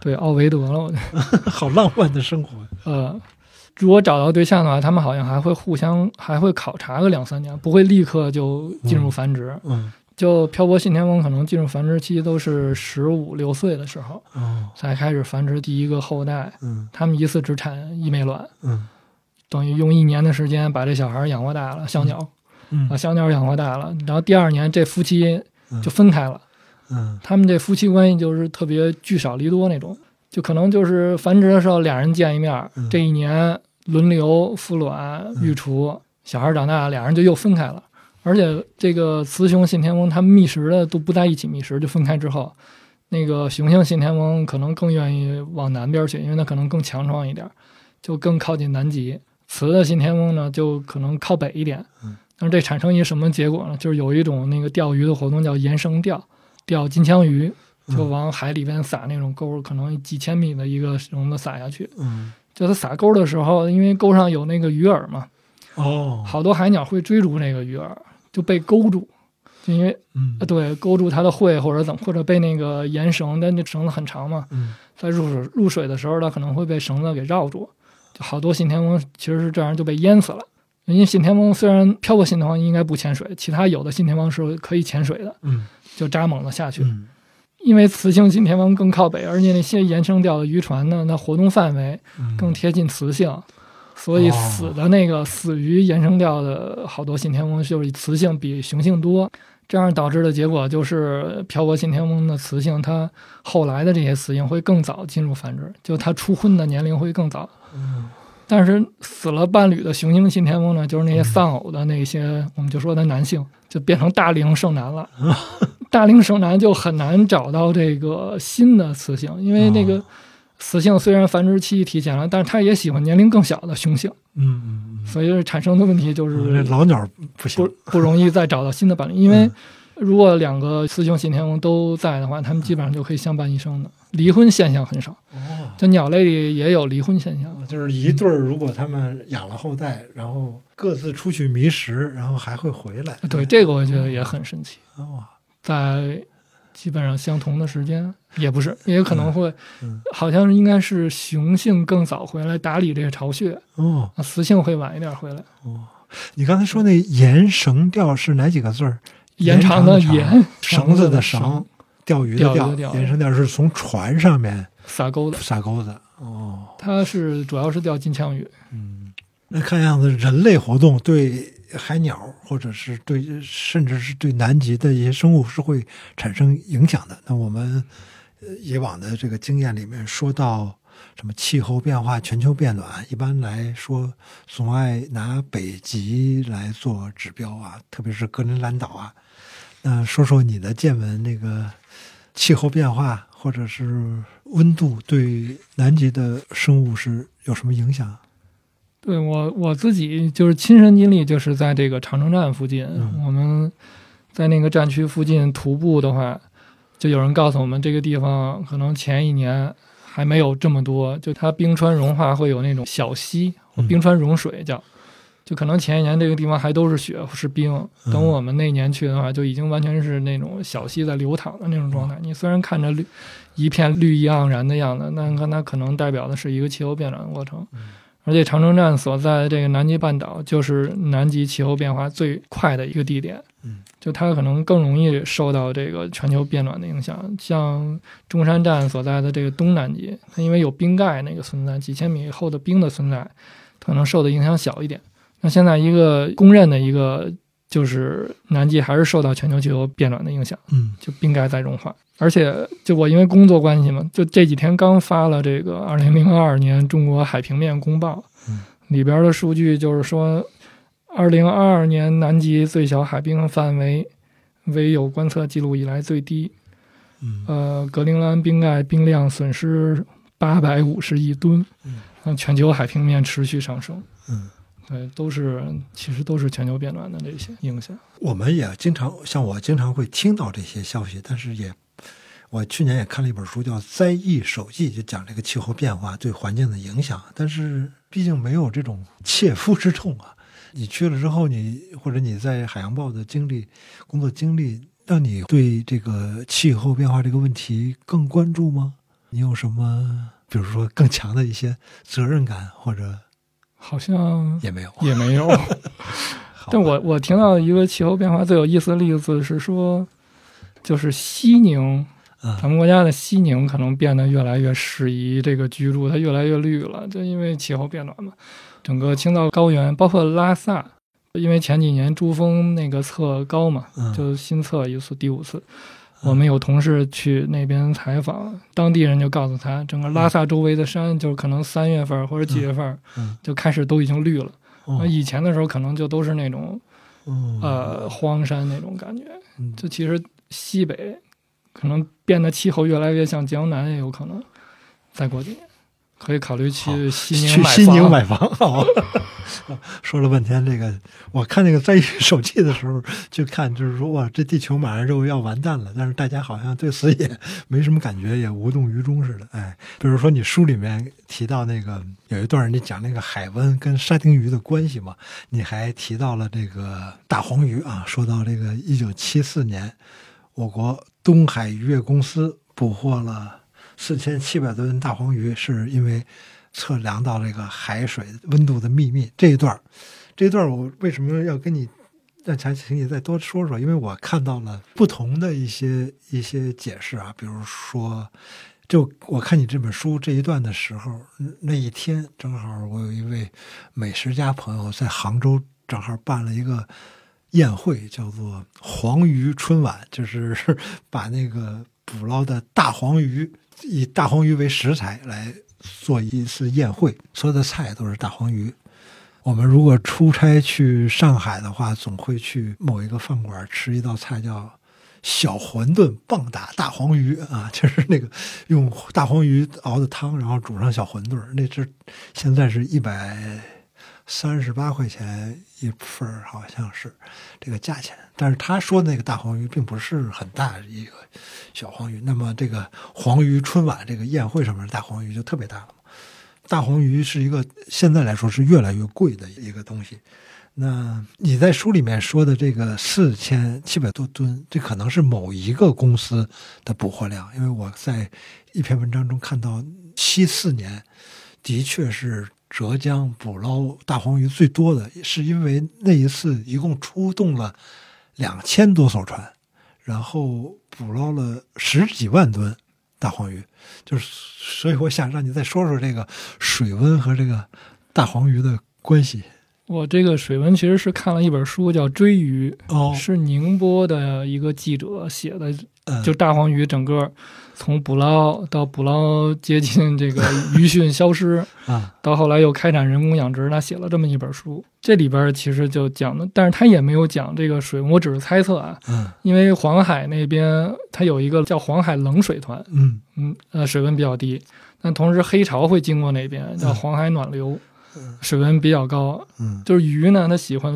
A: 对奥维德了，我觉得。
B: 好浪漫的生活。
A: 呃，如果找到对象的话，他们好像还会互相还会考察个两三年，不会立刻就进入繁殖。
B: 嗯
A: 就漂泊信天翁可能进入繁殖期都是十五六岁的时候
B: 哦
A: 才开始繁殖第一个后代，
B: 嗯
A: 他们一次只产一枚卵。
B: 嗯
A: 等于用一年的时间把这小孩养活大了，小鸟
B: 嗯
A: 把小鸟养活大了，然后第二年这夫妻
B: 嗯
A: 就分开了，
B: 嗯
A: 他们这夫妻关系就是特别聚少离多那种，就可能就是繁殖的时候俩人见一面儿
B: 嗯，
A: 这一年轮流孵卵育雏，小孩长大俩人就又分开了。而且这个雌雄信天翁它们觅食的都不在一起觅食，就分开之后，那个雄性信天翁可能更愿意往南边去，因为它可能更强壮一点儿，就更靠近南极。雌的信天翁呢，就可能靠北一点
B: 嗯。
A: 但是这产生一什么结果呢？就是有一种那个钓鱼的活动叫延绳钓，钓金枪鱼，
B: 嗯
A: 就往海里边撒那种钩，可能几千米的一个绳子撒下去。
B: 嗯
A: 就它撒钩的时候，因为钩上有那个鱼饵嘛，
B: 哦，
A: 好多海鸟会追逐那个鱼饵，就被勾住，就因为
B: 嗯
A: 呃对勾住它的喙或者怎么，或者被那个延绳，但那绳子很长嘛，
B: 嗯
A: 在入水入水的时候，它可能会被绳子给绕住，就好多信天翁其实是这样就被淹死了。因为信天翁虽然漂泊信天翁应该不潜水，其他有的信天翁是可以潜水的，
B: 嗯
A: 就扎猛了下去。
B: 嗯
A: 因为雌性信天翁更靠北，而且那些延伸钓的渔船呢，那活动范围
B: 嗯
A: 更贴近雌性，所以
B: 哦
A: 死的那个死于延伸钓的好多信天翁就是雌性比雄性多，这样导致的结果就是漂泊信天翁的雌性，它后来的这些雌性会更早进入繁殖，就它出婚的年龄会更早。
B: 嗯
A: 但是死了伴侣的雄性信天翁呢，就是那些丧偶的那些，我们就说的男性，就变成大龄剩男 了。大龄剩男就很难找到这个新的雌性，因为那个
B: 哦
A: 雌性虽然繁殖期提前了，但是它也喜欢年龄更小的雄性，
B: 嗯嗯
A: 所以产生的问题就
B: 嗯，
A: 是
B: 这老鸟不行
A: 不，不容易再找到新的伴侣，因为
B: 嗯
A: 如果两个雌雄信天翁都在的话，它们基本上就可以相伴一生的。离婚现象很少，
B: 哦，
A: 就鸟类里也有离婚现象。
B: 就是一对儿，如果他们养了后代，然后各自出去觅食，然后还会回来。
A: 对，这个我觉得也很神奇。
B: 哦，
A: 在基本上相同的时间，也不是，也可能会，
B: 嗯
A: 好像应该是雄性更早回来打理这个巢穴，
B: 哦，
A: 啊，雌性会晚一点回来。
B: 你刚才说那延绳钓是哪几个字儿？
A: 延长的
B: 延
A: 延，
B: 绳子的
A: 绳
B: 绳，，钓鱼的
A: 钓鱼的钓
B: 延绳钓是从船上面
A: 撒钩的。
B: 撒钩子。哦，
A: 它是主要是钓金枪鱼，
B: 嗯，那看样子人类活动对海鸟，或者是对，甚至是对南极的一些生物是会产生影响的。那我们呃以往的这个经验里面说到。什么气候变化、全球变暖，一般来说总爱拿北极来做指标啊，特别是格陵兰岛啊。那说说你的见闻，那个气候变化或者是温度对南极的生物是有什么影响？
A: 对我我自己就是亲身经历，就是在这个长城站附近，
B: 嗯
A: 我们在那个站区附近徒步的话，就有人告诉我们，这个地方可能前一年还没有这么多，就它冰川融化会有那种小溪，
B: 嗯
A: 冰川融水叫，就可能前一年这个地方还都是雪是冰，
B: 嗯
A: 等我们那年去的话，就已经完全是那种小溪在流淌的那种
B: 嗯
A: 状态。你虽然看着绿一片绿意盎然的样子，但它可能代表的是一个气候变暖的过程。
B: 嗯
A: 而且长城站所在的这个南极半岛，就是南极气候变化最快的一个地点。
B: 嗯，
A: 就它可能更容易受到这个全球变暖的影响。像中山站所在的这个东南极，它因为有冰盖那个存在，几千米厚的冰的存在，它可能受的影响小一点。那现在一个公认的一个就是南极还是受到全球气候变暖的影响。
B: 嗯
A: 就冰盖在融化。而且，就我因为工作关系嘛，就这几天刚发了这个二零零二年中国海平面公报
B: 嗯，
A: 里边的数据就是说，二零二二年南极最小海冰范围为有观测记录以来最低。
B: 嗯
A: 呃，格陵兰冰盖冰量损失八百五十亿吨
B: 嗯，
A: 那全球海平面持续上升。
B: 嗯，
A: 对，都是其实都是全球变暖的这些影响。
B: 我们也经常像我经常会听到这些消息，但是也我去年也看了一本书叫《灾异手记》，就讲这个气候变化对环境的影响，但是毕竟没有这种切肤之痛啊。你去了之后你，或者你在海洋报的经历、工作经历，让你对这个气候变化这个问题更关注吗？你有什么，比如说更强的一些责任感，或者
A: 好像
B: 也没有？
A: 也没 有。
B: 好吧
A: 嗯但我我听到一个气候变化最有意思的例子是说，就是西宁，
B: 啊
A: 咱们国家的西宁可能变得越来越适宜这个居住，它越来越绿了，就因为气候变暖嘛。整个青藏高原，包括拉萨，因为前几年珠峰那个测高嘛，
B: 嗯
A: 就新测一次第五次，我们有同事去那边采访，当地人就告诉他，整个拉萨周围的山，就是可能三月份或者几月份
B: 嗯
A: 就开始都已经绿了。那
B: 哦
A: 以前的时候，可能就都是那种
B: 嗯
A: 呃荒山那种感觉。
B: 嗯
A: 就其实西北可能变得气候越来越像江南，也有可能。再过几年，可以考虑去西宁
B: 哦 去
A: 买
B: 西宁
A: 房。
B: 买房。好，说了半天这个，我看那个在手记的时候，就看就是说哇，这地球马上就要完蛋了，但是大家好像对此也没什么感觉，也无动于衷似的。哎，比如说你书里面提到那个有一段，你讲那个海湾跟沙丁鱼的关系嘛，你还提到了这个大黄鱼啊，说到这个一九七四年，我国东海渔业公司捕获了四千七百吨大黄鱼，是因为测量到这个海水温度的秘密这一段儿。这一段儿我为什么要跟你让强请你再多说说？因为我看到了不同的一些一些解释啊，比如说，就我看你这本书这一段的时候，嗯那一天正好我有一位美食家朋友在杭州，正好办了一个宴会，叫做“黄鱼春晚”，就是 把那个捕捞的大黄鱼，以大黄鱼为食材来做一次宴会，所有的菜都是大黄鱼。我们如果出差去上海的话，总会去某一个饭馆吃一道菜叫小馄饨棒打大黄鱼啊， 就是那个用大黄鱼熬的汤，然后煮上小馄饨儿，那只现在是一百三十八块钱一份儿，好像是这个价钱。但是他说那个大黄鱼并不是很大一个小黄鱼，那么这个黄鱼春晚这个宴会上面的大黄鱼就特别大了嘛。大黄鱼是一个现在来说是越来越贵的一个东西。那你在书里面说的这个四千七百多吨，这可能是某一个公司的捕获量，因为我在一篇文章中看到，七四年的确是浙江捕捞大黄鱼最多的，是因为那一次一共出动了两千多艘船，然后捕捞了十几万吨大黄鱼，就是所以我想让你再说说这个水温和这个大黄鱼的关系。
A: 我这个水文其实是看了一本书，叫《追鱼》，
B: 哦
A: 是宁波的一个记者写的，
B: 嗯，
A: 就大黄鱼整个从捕捞到捕捞接近这个鱼汛消失，
B: 啊，
A: 到后来又开展人工养殖，他写了这么一本书。这里边其实就讲的，但是他也没有讲这个水文，我只是猜测啊，
B: 嗯
A: 因为黄海那边它有一个叫黄海冷水团，
B: 嗯
A: 嗯，呃，水温比较低，但同时黑潮会经过那边，叫黄海暖流，
B: 嗯
A: 水温比较高。
B: 嗯，
A: 就是鱼呢，它喜欢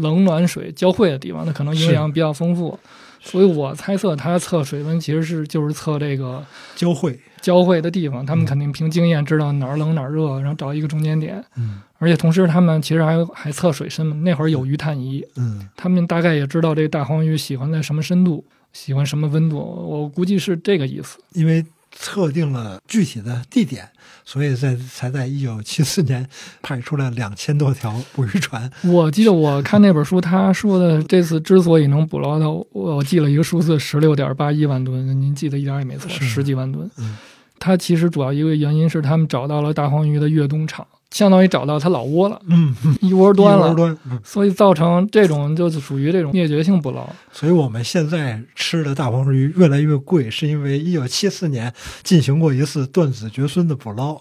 A: 冷暖水交汇的地方，它可能营养比较丰富，所以我猜测它测水温其实是就是测这个
B: 交汇，
A: 交汇的地方，他们肯定凭经验知道哪儿冷哪儿热，然后找一个中间点。
B: 嗯
A: 而且同时，他们其实还还测水深嘛，那会儿有鱼探仪，
B: 嗯
A: 他们大概也知道这个大黄鱼喜欢在什么深度，喜欢什么温度，我估计是这个意思。
B: 因为测定了具体的地点，所以在才在一九七四年派出了两千多条捕鱼船。
A: 我记得我看那本书，他说的这次之所以能捕捞到，我记了一个数字，十六点八一万吨，您记得一点儿也没错，
B: 是
A: 十几万吨。
B: 嗯
A: 它其实主要一个原因是他们找到了大黄鱼的越冬场，相当于找到它老窝了，
B: 嗯，
A: 一窝端
B: 一窝
A: 了，
B: 端。嗯
A: 所以造成这种就是属于这种灭绝性捕捞。
B: 所以我们现在吃的大黄鱼越来越贵，是因为一九七四年进行过一次断子绝孙的捕捞。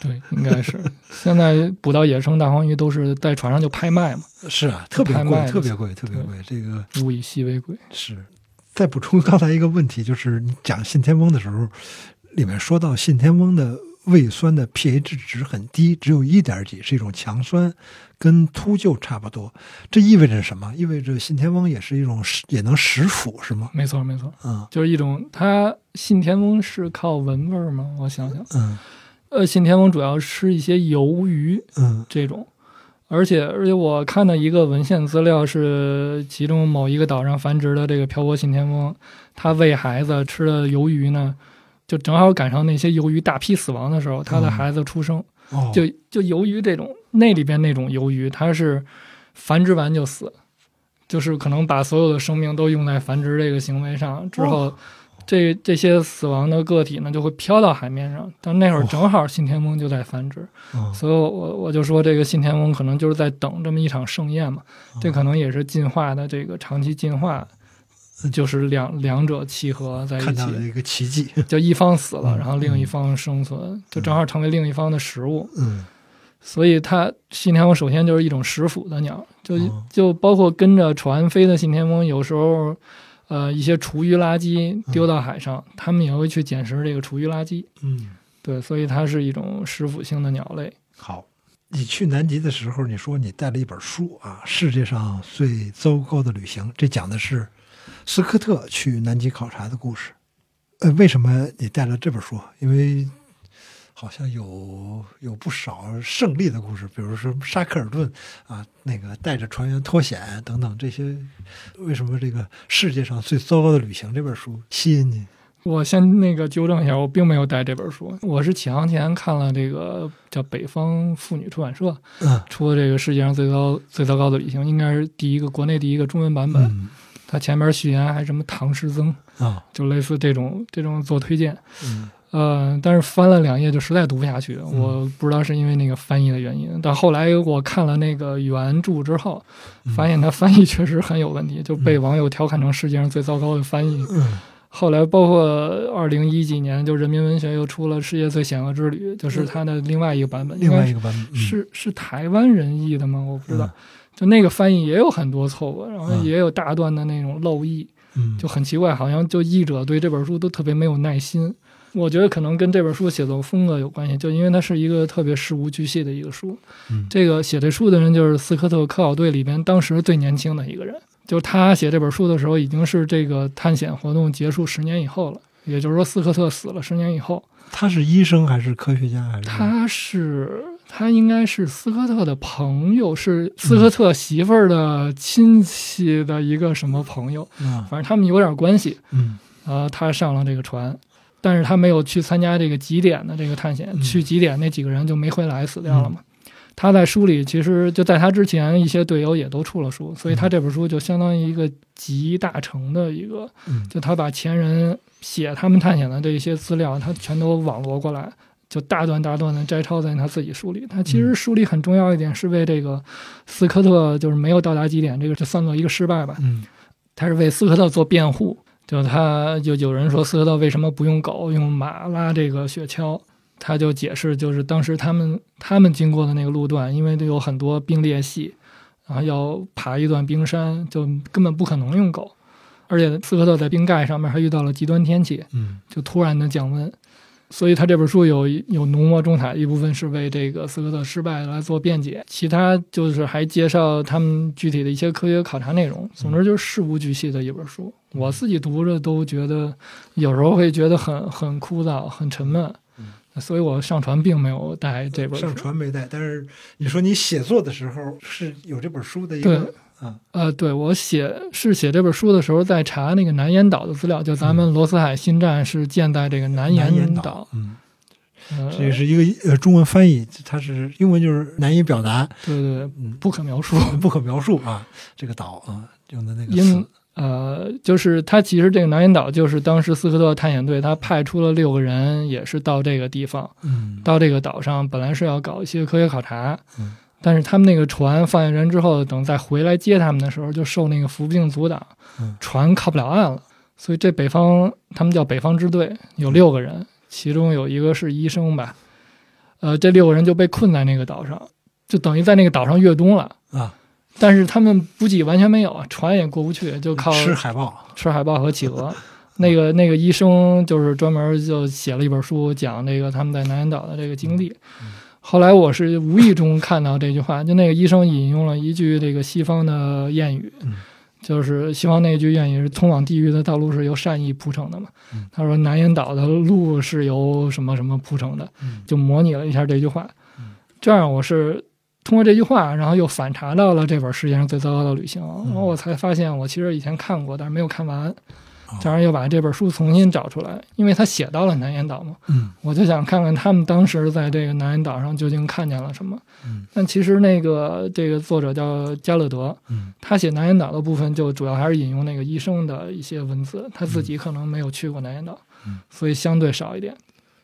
A: 对，应该 是现在捕到野生大黄鱼都是在船上就拍卖嘛，
B: 是啊，特别贵，
A: 卖的
B: 特别贵，特别贵。这个
A: 物以稀为贵。
B: 是。再补充刚才一个问题，就是你讲信天翁的时候，里面说到信天翁的胃酸的 pH 值很低，只有一点几，是一种强酸，跟秃鹫差不多。这意味着什么？意味着信天翁也是一种食也能食腐，是吗？
A: 没错，没错，
B: 嗯
A: 就是一种它信天翁是靠闻味儿吗？我想想，
B: 嗯
A: 呃，信天翁主要吃一些鱿鱼
B: 嗯
A: 这种。而且，而且我看的一个文献资料是，其中某一个岛上繁殖的这个漂泊信天翁，它喂孩子吃的鱿鱼呢，就正好赶上那些鱿鱼大批死亡的时候，它的
B: 嗯
A: 孩子出生。
B: 哦，
A: 就就鱿鱼这种，那里边那种鱿鱼，它是繁殖完就死，就是可能把所有的生命都用在繁殖这个行为上之后，
B: 哦
A: 这这些死亡的个体呢就会飘到海面上。但那会儿
B: 哦
A: 正好信天翁就在繁殖，
B: 嗯
A: 所以我我就说这个信天翁可
B: 哦嗯
A: 能就是在等这么一场盛宴嘛，这可能也是进化的这个长期进化就是两两者契合在一
B: 看到了
A: 起，
B: 一个奇迹。
A: 就一方死了，
B: 嗯
A: 然后另一方生存，就正好成为另一方的食物。
B: 嗯
A: 所以它信天翁首先就是一种食腐的鸟，就
B: 哦
A: 就包括跟着船飞的信天翁，有时候。呃，一些厨余垃圾丢到海上，它们也会去捡拾这个厨余垃圾。
B: 嗯，
A: 对，所以它是一种食腐性的鸟类。
B: 好。你去南极的时候，你说你带了一本书啊，《世界上最糟糕的旅行》，这讲的是斯科特去南极考察的故事。呃，为什么你带了这本书？因为好像有有不少胜利的故事，比如说沙克尔顿啊，那个带着船员脱险等等这些。为什么这个《世界上最糟糕的旅行》这本书吸引你？
A: 我先那个纠正一下，我并没有带这本书，我是起航前看了这个叫北方妇女出版社
B: 嗯
A: 出的这个世界上最糟最糟糕的旅行，应该是第一个国内第一个中文版本。
B: 嗯
A: 它前面序言还什么唐诗增，
B: 啊
A: 就类似这种这种做推荐。
B: 嗯
A: 呃，但是翻了两页就实在读不下去，我不知道是因为那个翻译的原因。但后来我看了那个原著之后，
B: 嗯
A: 发现它翻译确实很有问题，就被网友调侃成世界上最糟糕的翻 译。
B: 嗯
A: 后来包括二零一几年，就人民文学又出了《世界最险恶之旅》，就是它的另外一个版本，
B: 嗯另外一
A: 应
B: 个版本
A: 该是、是是台湾人译的吗？我不知道。
B: 嗯
A: 就那个翻译也有很多错误，然后
B: 嗯
A: 也有大段的那种漏译，
B: 嗯
A: 就很奇怪，好像就译者对这本书都特别没有耐心。我觉得可能跟这本书写作风格有关系，就因为它是一个特别事无巨细的一个书。
B: 嗯
A: 这个写这书的人就是斯科特科考队里边当时最年轻的一个人，就是他写这本书的时候已经是这个探险活动结束十年以后了，也就是说斯科特死了十年以后，
B: 他是医生还是科学家还是？
A: 他是他应该是斯科特的朋友，是斯科特媳妇儿的亲戚的一个什么朋友，
B: 啊
A: 反正他们有点关系。
B: 嗯
A: 呃，他上了这个船，但是他没有去参加这个极点的这个探险。
B: 嗯
A: 去极点那几个人就没回来，死掉了嘛。他在书里其实就在他之前，一些队友也都出了书，所以他这本书就相当于一个集大成的一个，
B: 嗯
A: 就他把前人写他们探险的这一些资料，他全都网罗过来，就大段大段的摘抄在他自己书里。他其实书里很重要一点是为这个斯科特就是没有到达极点，这个就算作一个失败吧。
B: 嗯
A: 他是为斯科特做辩护。就他就有人说斯科特为什么不用狗用马拉这个雪橇，他就解释就是当时他们他们经过的那个路段，因为都有很多冰裂隙，然后要爬一段冰山，就根本不可能用狗。而且斯科特在冰盖上面还遇到了极端天气，
B: 嗯
A: 就突然的降温，所以他这本书有有浓墨重彩一部分是为这个斯科特失败来做辩解，其他就是还介绍他们具体的一些科学考察内
B: 嗯
A: 容。总之就是事无巨细的一本书，我自己读着都觉得有时候会觉得很很枯燥、很沉闷，所以我上船并没有带这本书
B: 嗯上。传没带，但是你说你写作的时候是有这本书的一
A: 对
B: 个啊
A: 呃，对我写是写这本书的时候，在查那个南岩岛的资料，就咱们罗斯海新站是建在这个南
B: 嗯南岩
A: 岩
B: 岛，嗯，
A: 呃
B: 这也是一个呃中文翻译，它是英文就是难以表达，
A: 对对，
B: 嗯，
A: 不可描述。
B: 不可描述啊，这个岛啊用的那个
A: 因
B: 词，
A: 呃，就是他其实这个南岩岛就是当时斯科特探险队他派出了六个人，也是到这个地方，
B: 嗯
A: 到这个岛上，本来是要搞一些科学考察，
B: 嗯
A: 但是他们那个船放下人之后，等再回来接他们的时候，就受那个浮病阻挡，
B: 嗯
A: 船靠不了岸了。所以这北方他们叫北方支队，有六个人，其中有一个是医生吧，呃，这六个人就被困在那个岛上，就等于在那个岛上越冬了。
B: 啊，
A: 但是他们补给完全没有啊，船也过不去，就靠
B: 吃海豹，
A: 吃海豹和企 鹅。那个那个医生就是专门就写了一本书，讲这个他们在南岩岛的这个经历。
B: 嗯
A: 后来我是无意中看到这句话，就那个医生引用了一句这个西方的谚语
B: 嗯，
A: 就是西方那句谚语是“通往地狱的道路是由善意铺成的”嘛
B: 嗯。
A: 他说南岩岛的路是由什么什么铺成的，
B: 嗯
A: 就模拟了一下这句话
B: 嗯。
A: 这样我是通过这句话，然后又反查到了这本世界上最糟糕的旅行，
B: 嗯
A: 然后我才发现我其实以前看过，但是没有看
B: 哦
A: 完。这样又把这本书重新找出来，因为他写到了南岩岛嘛，
B: 嗯
A: 我就想看看他们当时在这个南岩岛上究竟看见了什么。
B: 嗯
A: 但其实那个这个作者叫加勒德，
B: 嗯
A: 他写南岩岛的部分就主要还是引用那个医生的一些文字，他自己可能没有去过南岩岛，
B: 嗯
A: 所以相对少一点。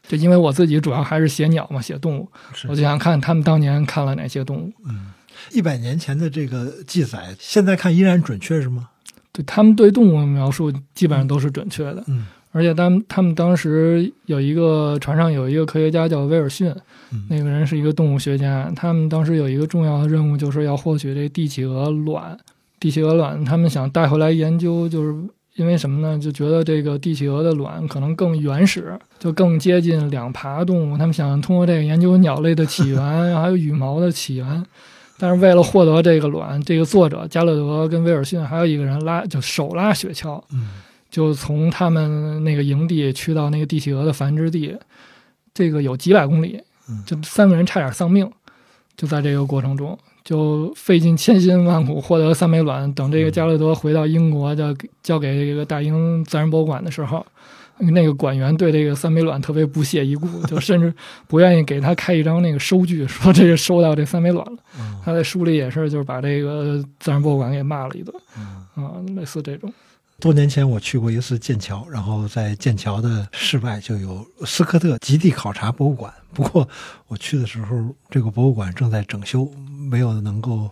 A: 就因为我自己主要还是写鸟嘛，写动物，
B: 是
A: 我就想看他们当年看了哪些动物。
B: 嗯，一百年前的这个记载，现在看依然准确是吗？
A: 对他们对动物的描述基本上都是准确的。
B: 嗯
A: 而且他们他们当时有一个船上有一个科学家叫威尔逊，
B: 嗯
A: 那个人是一个动物学家。他们当时有一个重要的任务，就是要获取这帝企鹅卵。帝企鹅卵，他们想带回来研究，就是因为什么呢？就觉得这个帝企鹅的卵可能更原始，就更接近两爬动物。他们想通过这个研究鸟类的起源，还有羽毛的起源。但是为了获得这个卵，这个作者加勒德跟威尔逊还有一个人拉就手拉雪橇，
B: 嗯
A: 就从他们那个营地去到那个帝企鹅的繁殖地，这个有几百公里
B: 嗯，
A: 就三个人差点丧命，就在这个过程中，就费尽千辛万苦获得三枚卵。等这个加勒德回到英国，交给交给这个大英自然博物馆的时候，那个馆员对这个三枚卵特别不屑 一顾，就甚至不愿意给他开一张那个收据，说这个收到这三枚卵了。
B: 嗯
A: 他在书里也是，就是把这个自然博物馆给骂了一顿
B: 嗯。
A: 啊、类似这种。
B: 多年前我去过一次剑桥，然后在剑桥的室外就有斯科特极地考察博物馆。不过我去的时候，这个博物馆正在整修，没有能够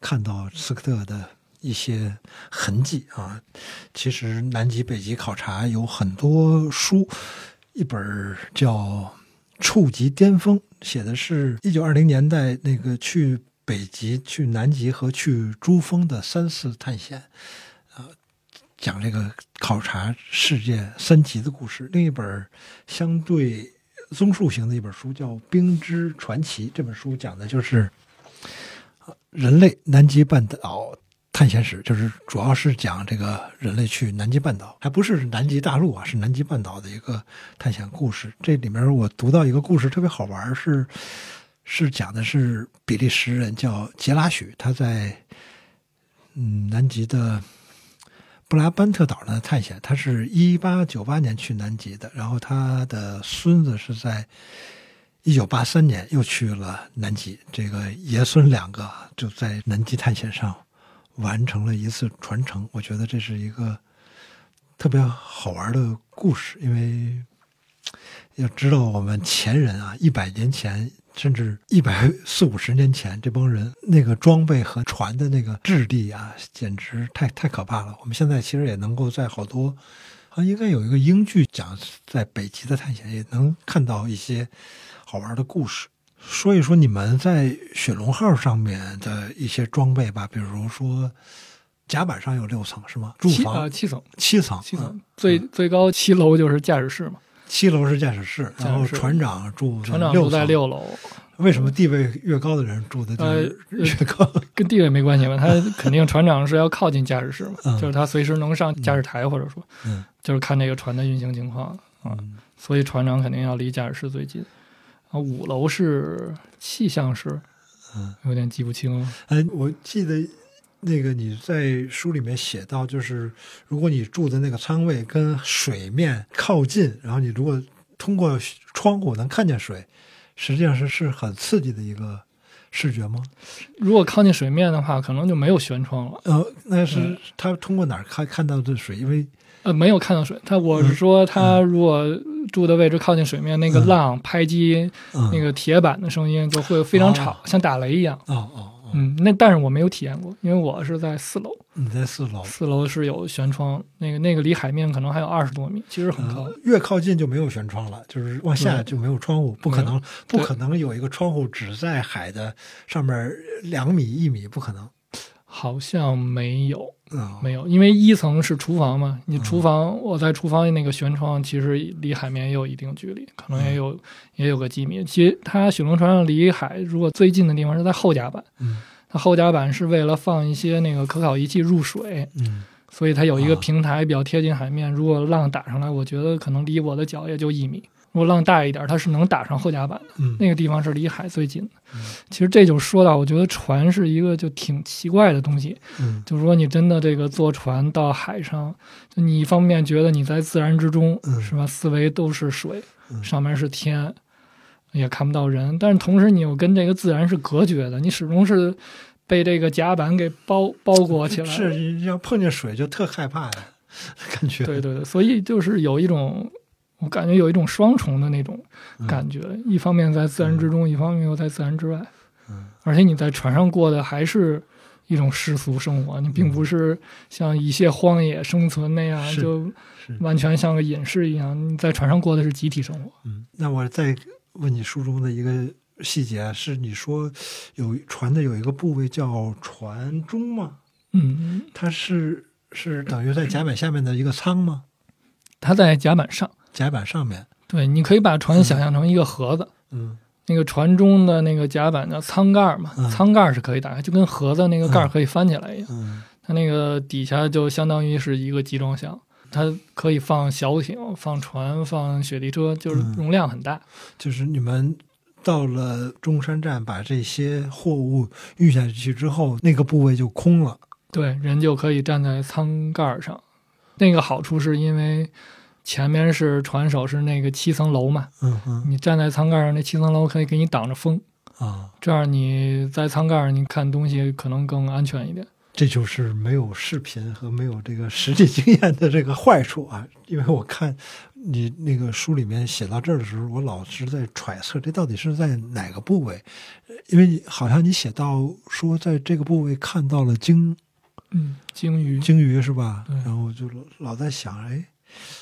B: 看到斯科特的一些痕迹啊。其实南极、北极考察有很多书，一本儿叫《触及巅峰》，写的是一九二零年代那个去北极、去南极和去珠峰的三次探险。讲这个考察世界三极的故事，另一本相对综述型的一本书叫《冰之传奇》，这本书讲的就是呃人类南极半岛探险史，就是主要是讲这个人类去南极半岛，还不是南极大陆啊，是南极半岛的一个探险故事。这里面我读到一个故事特别好玩，是是讲的是比利时人叫杰拉许，他在嗯南极的。布拉班特岛上的探险，他是一八九八年去南极的，然后他的孙子是在一九八三年又去了南极，这个爷孙两个就在南极探险上完成了一次传承。我觉得这是一个特别好玩的故事，因为要知道我们前人啊，一百年前甚至一百 四五十年前，这帮人那个装备和船的那个质地啊，简直太太可怕了。我们现在其实也能够在好多，好像应该有一个英剧讲在北极的探险，也能看到一些好玩的故事。说一说你们在雪龙号上面的一些装备吧，比如说甲板上有六层是吗？住
A: 七啊、
B: 房
A: 七层，
B: 七层，
A: 七
B: 嗯
A: 层最最高七楼就是驾驶室嘛，
B: 七楼是驾驶室，
A: 驾驶室
B: 然后船长住
A: 船长住在
B: 六层。
A: 六呃楼，
B: 为什么地位越高的人住的就是越高？
A: 跟地位没关系吧？ 他肯定船长是要靠近驾驶室嘛，
B: 嗯
A: 就是他随时能上驾驶台，或者说
B: 嗯
A: 就是看这个船的运行情况啊，
B: 嗯
A: 所以船长肯定要离驾驶室最近。啊，五楼是气象室，
B: 嗯，
A: 有点记不清了。
B: 哎，我记得那个你在书里面写到，就是如果你住的那个舱位跟水面靠近，然后你如果通过窗户能看见水，实际上是是很刺激的一个视觉吗？
A: 如果靠近水面的话，可能就没有舷窗了，
B: 呃，那是
A: 嗯
B: 他通过哪儿看看到的水？因为
A: 呃，没有看到水。他我是说，他如果住的位置靠近水面，那个
B: 嗯
A: 浪拍击
B: 嗯，
A: 那个铁板的声音就会非常吵
B: 哦，
A: 像打雷一样。
B: 哦哦哦，
A: 嗯，那但是我没有体验过，因为我是在四楼，
B: 你在四楼，
A: 四楼是有舷窗，那个那个离海面可能还有二十多米，其实很高
B: 呃。越靠近就没有舷窗了，就是往下就没有窗户，不可能，不
A: 对
B: 可能有一个窗户只在海的上面两米一米，不可能。
A: 好像没有
B: 啊、
A: 没有，因为一层是厨房嘛，你
B: 嗯
A: 厨房、我在厨房那个舷窗其实离海面也有一定距离，可
B: 嗯
A: 能也有、也有个几米。其实它雪龙船上离海如果最近的地方是在后甲板，
B: 嗯
A: 它后甲板是为了放一些那个可烤仪器入水，
B: 嗯
A: 所以它有一个
B: 啊
A: 平台比较贴近海面。如果浪打上来，我觉得可能离我的脚也就一米。如果浪大一点，它是能打上后甲板的。
B: 嗯，
A: 那个地方是离海最近的
B: 嗯。
A: 其实这就说到，我觉得船是一个就挺奇怪的东西。
B: 嗯
A: 就是说，你真的这个坐船到海上，就你一方面觉得你在自然之中，
B: 嗯
A: 是吧？四围都是水，
B: 嗯
A: 上面是天，也看不到人。但是同时，你又跟这个自然是隔绝的，你始终是被这个甲板给包包裹起来。
B: 是要碰见水就特害怕的感觉。
A: 对对对，所以就是有一种，我感觉有一种双重的那种
B: 嗯
A: 感觉，一方面在自然之中，一方面又在自然之外。
B: 嗯
A: 而且你在船上过的还是一种世俗生活，你并不是像一些荒野生存那样，
B: 嗯是
A: 就是完全像个隐士一样。你在船上过的是集体生活，
B: 嗯，那我再问你书中的一个细节，是你说有船的有一个部位叫船中吗？
A: 嗯，
B: 它是是等于在甲板下面的一个舱吗？
A: 它在甲板上。
B: 甲板上面，
A: 对，你可以把船想象成一个盒子，
B: 嗯
A: 那个船中的那个甲板的舱盖嘛，
B: 嗯
A: 舱盖是可以打开，就跟盒子那个盖儿可以翻起来一样。
B: 嗯
A: 它那个底下就相当于是一个集装箱，它可以放小艇、放船、放雪地车，就是
B: 嗯
A: 容量很大。
B: 就是你们到了中山站，把这些货物运下去之后，那个部位就空了。
A: 对，人就可以站在舱盖儿上。那个好处是因为前面是船首是那个七层楼嘛，
B: 嗯嗯
A: 你站在舱盖儿上，那七层楼可以给你挡着风，
B: 啊，
A: 这样你在舱盖儿上你看东西可能更安全一点。
B: 这就是没有视频和没有这个实际经验的这个坏处啊。因为我看你那个书里面写到这儿的时候，我老是在揣测这到底是在哪个部位，呃因为你好像你写到说在这个部位看到了鲸
A: 嗯，鲸鱼
B: 鲸鱼是吧？
A: 对
B: 然后我就老在想，哎，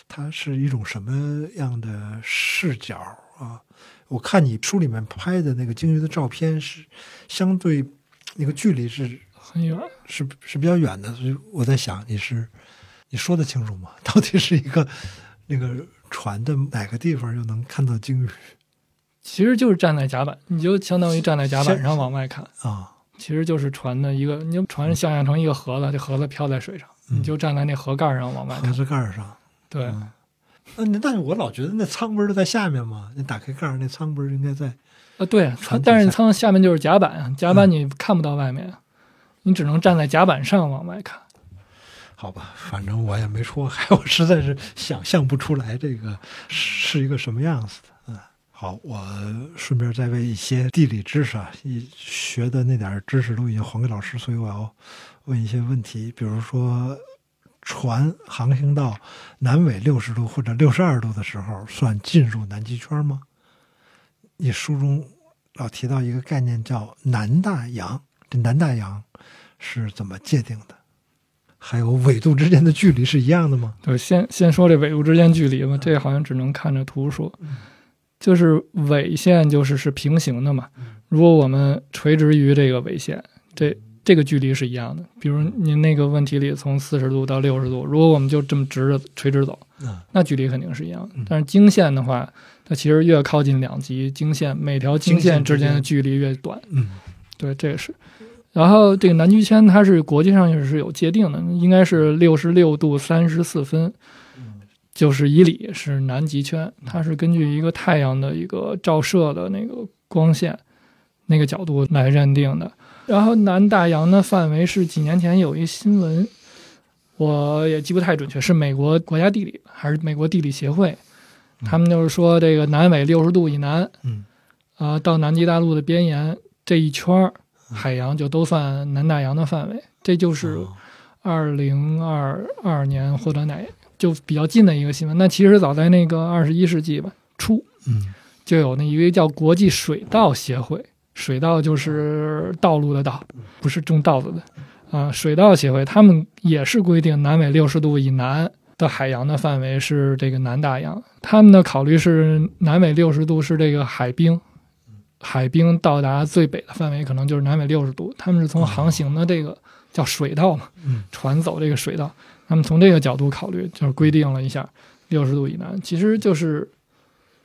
B: 它是一种什么样的视角啊？我看你书里面拍的那个鲸鱼的照片是相对那个距离是
A: 很远。
B: 是是比较远的，所以我在想你是你说得清楚吗？ 到底是一个那个船的哪个地方又能看到鲸鱼
A: 其实就是站在甲板，你就相当于站在甲板上往外看，
B: 啊？
A: 其实就是船的一个，你就船想象成一个盒子，这盒子飘在水上，
B: 嗯
A: 你就站在那盒盖上往外
B: 盒
A: 看。
B: 子盖儿上，
A: 对，
B: 嗯那你但是我老觉得那舱不是在下面吗？你打开盖儿，那舱不是应该在
A: 啊对，
B: 船
A: 船
B: 底
A: 但是
B: 下
A: 舱下面就是甲板啊，甲板你看不到外面，你只能站在甲板上往外看。
B: 好吧，反正我也没 出海，我实在是想象不出来这个是一个什么样子的。嗯，好，我顺便再为一些地理知识啊，一学的那点儿知识都已经还给老师，所以我要问一些问题，比如说船航行到南纬六十度或者六十二度的时候，算进入南极圈吗？你书中老提到一个概念叫南大洋，这南大洋是怎么界定的？还有纬度之间的距离是一样的吗？
A: 对，先先说这纬度之间距离吧，这好像只能看着图说
B: 嗯。
A: 就是纬线就是是平行的嘛
B: 嗯，
A: 如果我们垂直于这个纬线，这这个距离是一样的。比如您那个问题里从四十度到六十度，如果我们就这么直着垂直走，
B: 啊，
A: 那距离肯定是一样的
B: 嗯。
A: 但是经线的话，它其实越靠近两极，经线每条经
B: 经线
A: 线之
B: 之间
A: 间的距离越短。
B: 嗯
A: 对，这个是。然后这个南极圈它是国际上也是有界定的，应该是六十六度三十四分
B: 嗯，
A: 就是以里是南极圈，它是根据一个太阳的一个照射的那个光线那个角度来认定的。然后南大洋的范围是几年前有一新闻，我也记不太准确，是美国国家地理还是美国地理协会，他们就是说这个南纬六十度以南，
B: 嗯
A: 啊、到南极大陆的边沿这一圈儿，海洋就都算南大洋的范围。这就是
B: 哦
A: 二零二二年或者哪就比较近的一个新闻。那其实早在那个二十一世纪吧初，
B: 嗯
A: 就有那一个叫国际水稻协会，水稻就是道路的道，不是种稻子的，啊、水稻协会他们也是规定南纬六十度以南的海洋的范围是这个南大洋，他们的考虑是南纬六十度是这个海冰。海冰到达最北的范围可能就是南纬六十度，他们是从航行的这个叫水道嘛，
B: 嗯
A: 船走这个水道，那么从这个角度考虑，就是规定了一下六十度以南，其实就是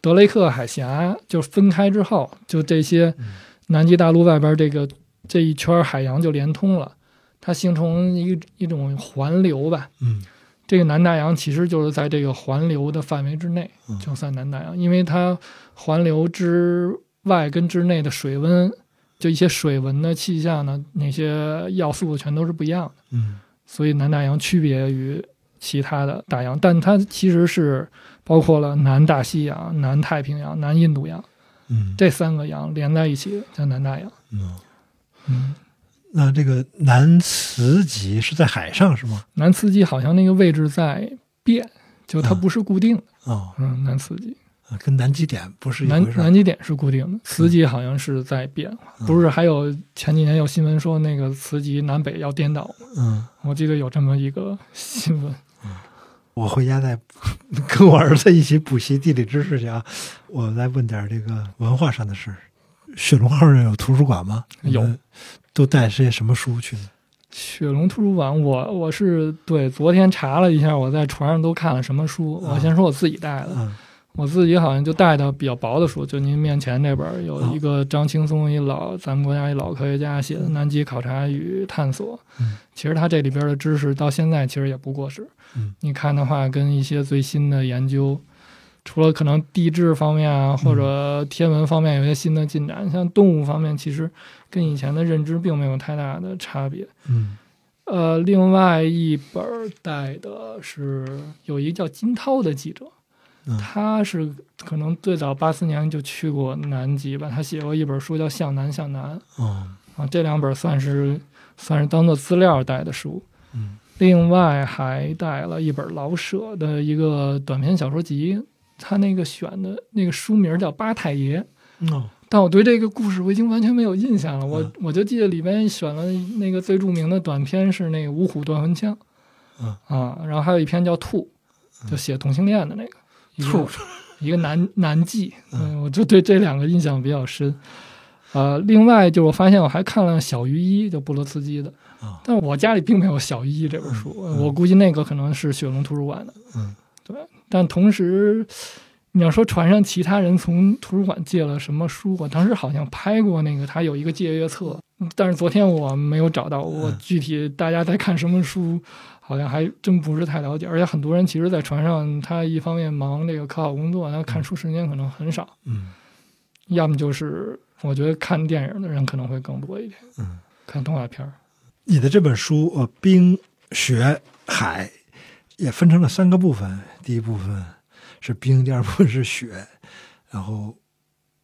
A: 德雷克海峡就分开之后，就这些
B: 嗯
A: 南极大陆外边这个这一圈海洋就连通了，它形成一一种环流吧。
B: 嗯
A: 这个南大洋其实就是在这个环流的范围之内
B: 嗯，
A: 就算南大洋，因为它环流之外跟之内的水温，就一些水文的气象呢，那些要素全都是不一样的。
B: 嗯
A: 所以南大洋区别于其他的大洋，但它其实是包括了南大西洋、南太平洋、南印度洋
B: 嗯，
A: 这三个洋连在一起叫南大洋。
B: 嗯
A: 嗯，
B: 那这个南磁极是在海上是吗？
A: 南磁极好像那个位置在变，就它
B: 嗯
A: 不是固定的。
B: 哦，
A: 嗯，南磁极
B: 呃跟南极点不是一
A: 南
B: 回事儿
A: 南极点是固定的，磁极好像是在变化。
B: 嗯
A: 不是还有前几年有新闻说那个磁极南北要颠倒吗？
B: 嗯，
A: 我记得有这么一个新闻。
B: 我回家再跟我儿子一起补习地理知识去啊！我再问点这个文化上的事儿。雪龙号上有图书馆吗？
A: 有，
B: 都带些什么书去呢？
A: 雪龙图书馆，我我是对昨天查了一下，我在船上都看了什么书。
B: 啊
A: 我先说我自己带的，
B: 嗯
A: 我自己好像就带的比较薄的书，就您面前这本儿有
B: 啊
A: 一个张青松一老，咱们国家一老科学家写的《南极考察与探索》
B: 嗯
A: 其实他这里边的知识到现在其实也不过时。
B: 嗯
A: 你看的话，跟一些最新的研究，除了可能地质方面啊，或
B: 嗯
A: 者天文方面有一些新的进展，像动物方面，其实跟以前的认知并没有太大的差别。
B: 嗯
A: 呃，另外一本儿带的是有一个叫金涛的记者，
B: 嗯
A: 他是可能最早八四年就去过南极吧，他写过一本书叫《向南向南》
B: 哦
A: 啊，这两本算是算是当做资料带的书。
B: 嗯
A: 另外还带了一本老舍的一个短篇小说集，他那个选的那个书名叫《八太爷》，
B: 哦
A: 但我对这个故事我已经完全没有印象了。我、
B: 嗯
A: 我就记得里边选了那个最著名的短篇是那个《五虎断魂枪》，
B: 嗯
A: 啊，然后还有一篇叫《兔》，就写同性恋的那个一个
B: 兔
A: 一个男男妓。嗯，我就对这两个印象比较深。呃，另外就是我发现我还看了《小于一》，就布罗茨基的
B: 啊，
A: 但我家里并没有《小于一》这本书，我估计那个可能是雪龙图书馆的。
B: 嗯，
A: 对。但同时，你要说船上其他人从图书馆借了什么书，我当时好像拍过那个，他有一个借阅册，嗯但是昨天我没有找到，我
B: 嗯
A: 具体大家在看什么书，好像还真不是太了解。而且很多人其实，在船上，他一方面忙这个科考工作，他看书时间可能很少，
B: 嗯
A: 要么就是我觉得看电影的人可能会更多一点，
B: 嗯，
A: 看动画片儿。
B: 你的这本书呃，冰雪海也分成了三个部分，第一部分是冰，第二部分是雪，然后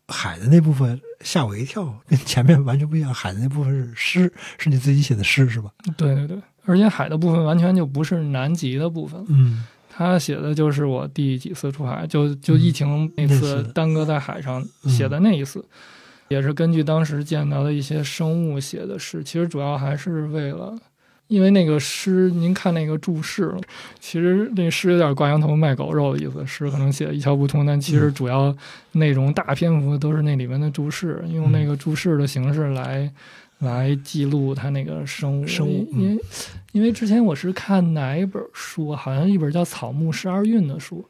B: 海的那部分吓我一跳，跟前面完全不一样。海的那部分是诗，是你自己写的诗是吧？
A: 对对对，而且海的部分完全就不是南极的部分了，
B: 嗯
A: 他写的就是我第几次出海，就就疫情那
B: 那
A: 次
B: 次
A: 耽搁在海上写的那一次，也是根据当时见到的一些生物写的诗。其实主要还是为了，因为那个诗，您看那个注释，其实那诗有点挂羊头卖狗肉的意思，诗可能写的一窍不通，但其实主要内容大篇幅都是那里面的注释，用那个注释的形式来。来记录它那个生物，
B: 生物嗯
A: 因为因为之前我是看哪一本书，好像一本叫《草木十二韵》的书，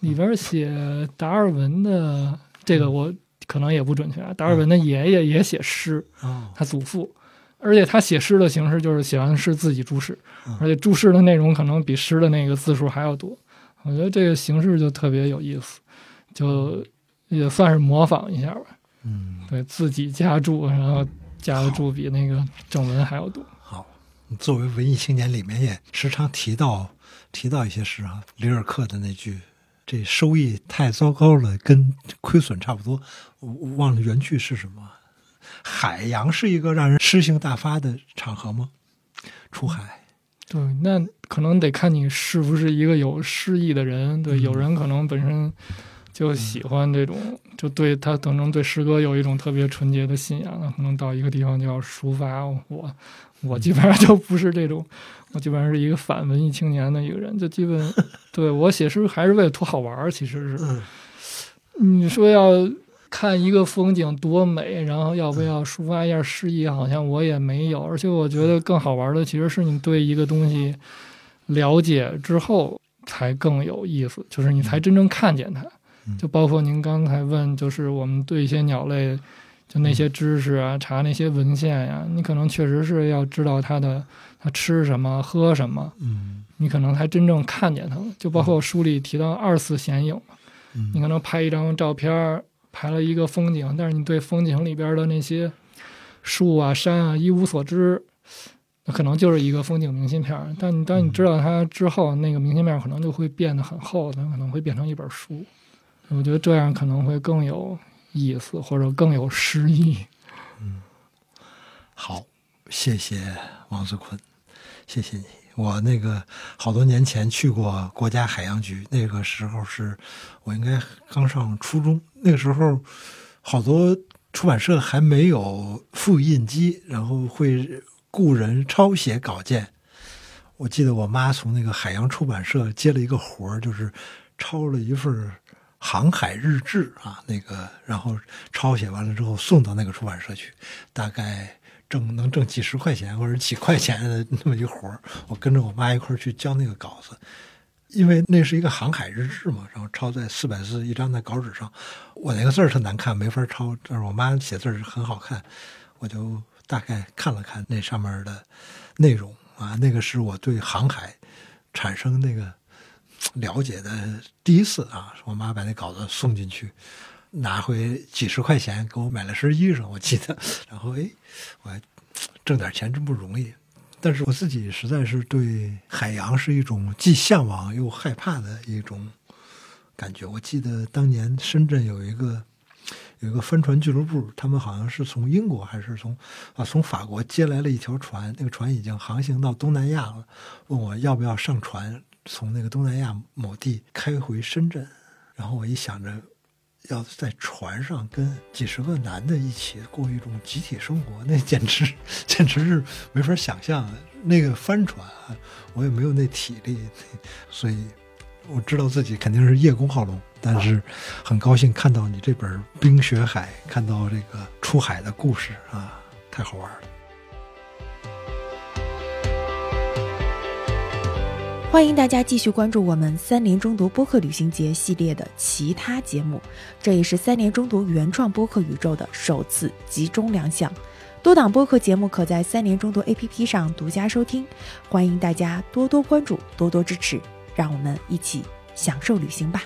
A: 里边写达尔文的这
B: 嗯
A: 个我可能也不准确啊，达尔文的爷爷也写诗，
B: 哦
A: 他祖父，而且他写诗的形式就是写完诗自己注释
B: 嗯，
A: 而且注释的内容可能比诗的那个字数还要多，我觉得这个形式就特别有意思，就也算是模仿一下吧。
B: 嗯。
A: 对自己加注，然后加的注比那个正文还要多。
B: 好，你作为文艺青年，里面也时常提到提到一些诗啊，里尔克的那句“这收益太糟糕了，跟亏损差不多”，我我忘了原句是什么。海洋是一个让人诗性大发的场合吗？出海，
A: 对，那可能得看你是不是一个有诗意的人。对，
B: 嗯
A: 有人可能本身就喜欢这种，就对他可能对诗歌有一种特别纯洁的信仰，那可能到一个地方就要抒发。我我基本上就不是这种，我基本上是一个反文艺青年的一个人，就基本 对我写诗还是为了图好玩儿，其实是。
B: 嗯
A: 你说要看一个风景多美，然后要不要抒发一下诗意？好像我也没有，而且我觉得更好玩的其实是你对一个东西了解之后才更有意思，就是你才真正看见它
B: 嗯。
A: 就包括您刚才问，就是我们对一些鸟类，就那些知识啊，查那些文献呀、你可能确实是要知道它的它吃什么、喝什么，
B: 嗯
A: 你可能才真正看见它了。就包括书里提到二次显影嘛你
B: 嗯
A: 可能拍一张照片儿，拍了一个风景，但是你对风景里边儿的那些树啊、山啊一无所知，那可能就是一个风景明信片儿。但你当你知道它之后，那个明信片儿可能就会变得很厚，它可能会变成一本书。我觉得这样可能会更有意思，或者更有诗意。
B: 好，谢谢王思坤。谢谢你。我那个好多年前去过国家海洋局，那个时候是我应该刚上初中，那个时候好多出版社还没有复印机，然后会雇人抄写稿件。我记得我妈从那个海洋出版社接了一个活儿，就是抄了一份《航海日志》啊，那个然后抄写完了之后送到那个出版社去，大概。挣能挣几十块钱或者几块钱的那么一活儿，我跟着我妈一块儿去交那个稿子，因为那是一个航海日志嘛，然后抄在四百字一张在稿纸上，我那个字儿特难看，没法抄，但是我妈写字儿很好看，我就大概看了看那上面的内容啊，那个是我对航海产生那个了解的第一次啊，我妈把那稿子送进去。拿回几十块钱给我买了身衣裳，我记得。然后哎，我还挣点钱真不容易。但是我自己实在是对海洋是一种既向往又害怕的一种感觉。我记得当年深圳有一个有一个帆船俱乐部，他们好像是从英国还是从啊从法国接来了一条船，那个船已经航行到东南亚了，问我要不要上船从那个东南亚某地开回深圳。然后我一想着。要在船上跟几十个男的一起过一种集体生活，那简直简直是没法想象。啊那个帆船，啊，我也没有那体力， 所以我知道自己肯定是叶公好龙。但是很高兴看到你这本《冰雪海》，看到这个出海的故事啊，太好玩了。
C: 欢迎大家继续关注我们三联中读播客旅行节系列的其他节目，这也是三联中读原创播客宇宙的首次集中亮相。多档播客节目可在三联中读 APP 上独家收听，欢迎大家多多关注、多多支持，让我们一起享受旅行吧。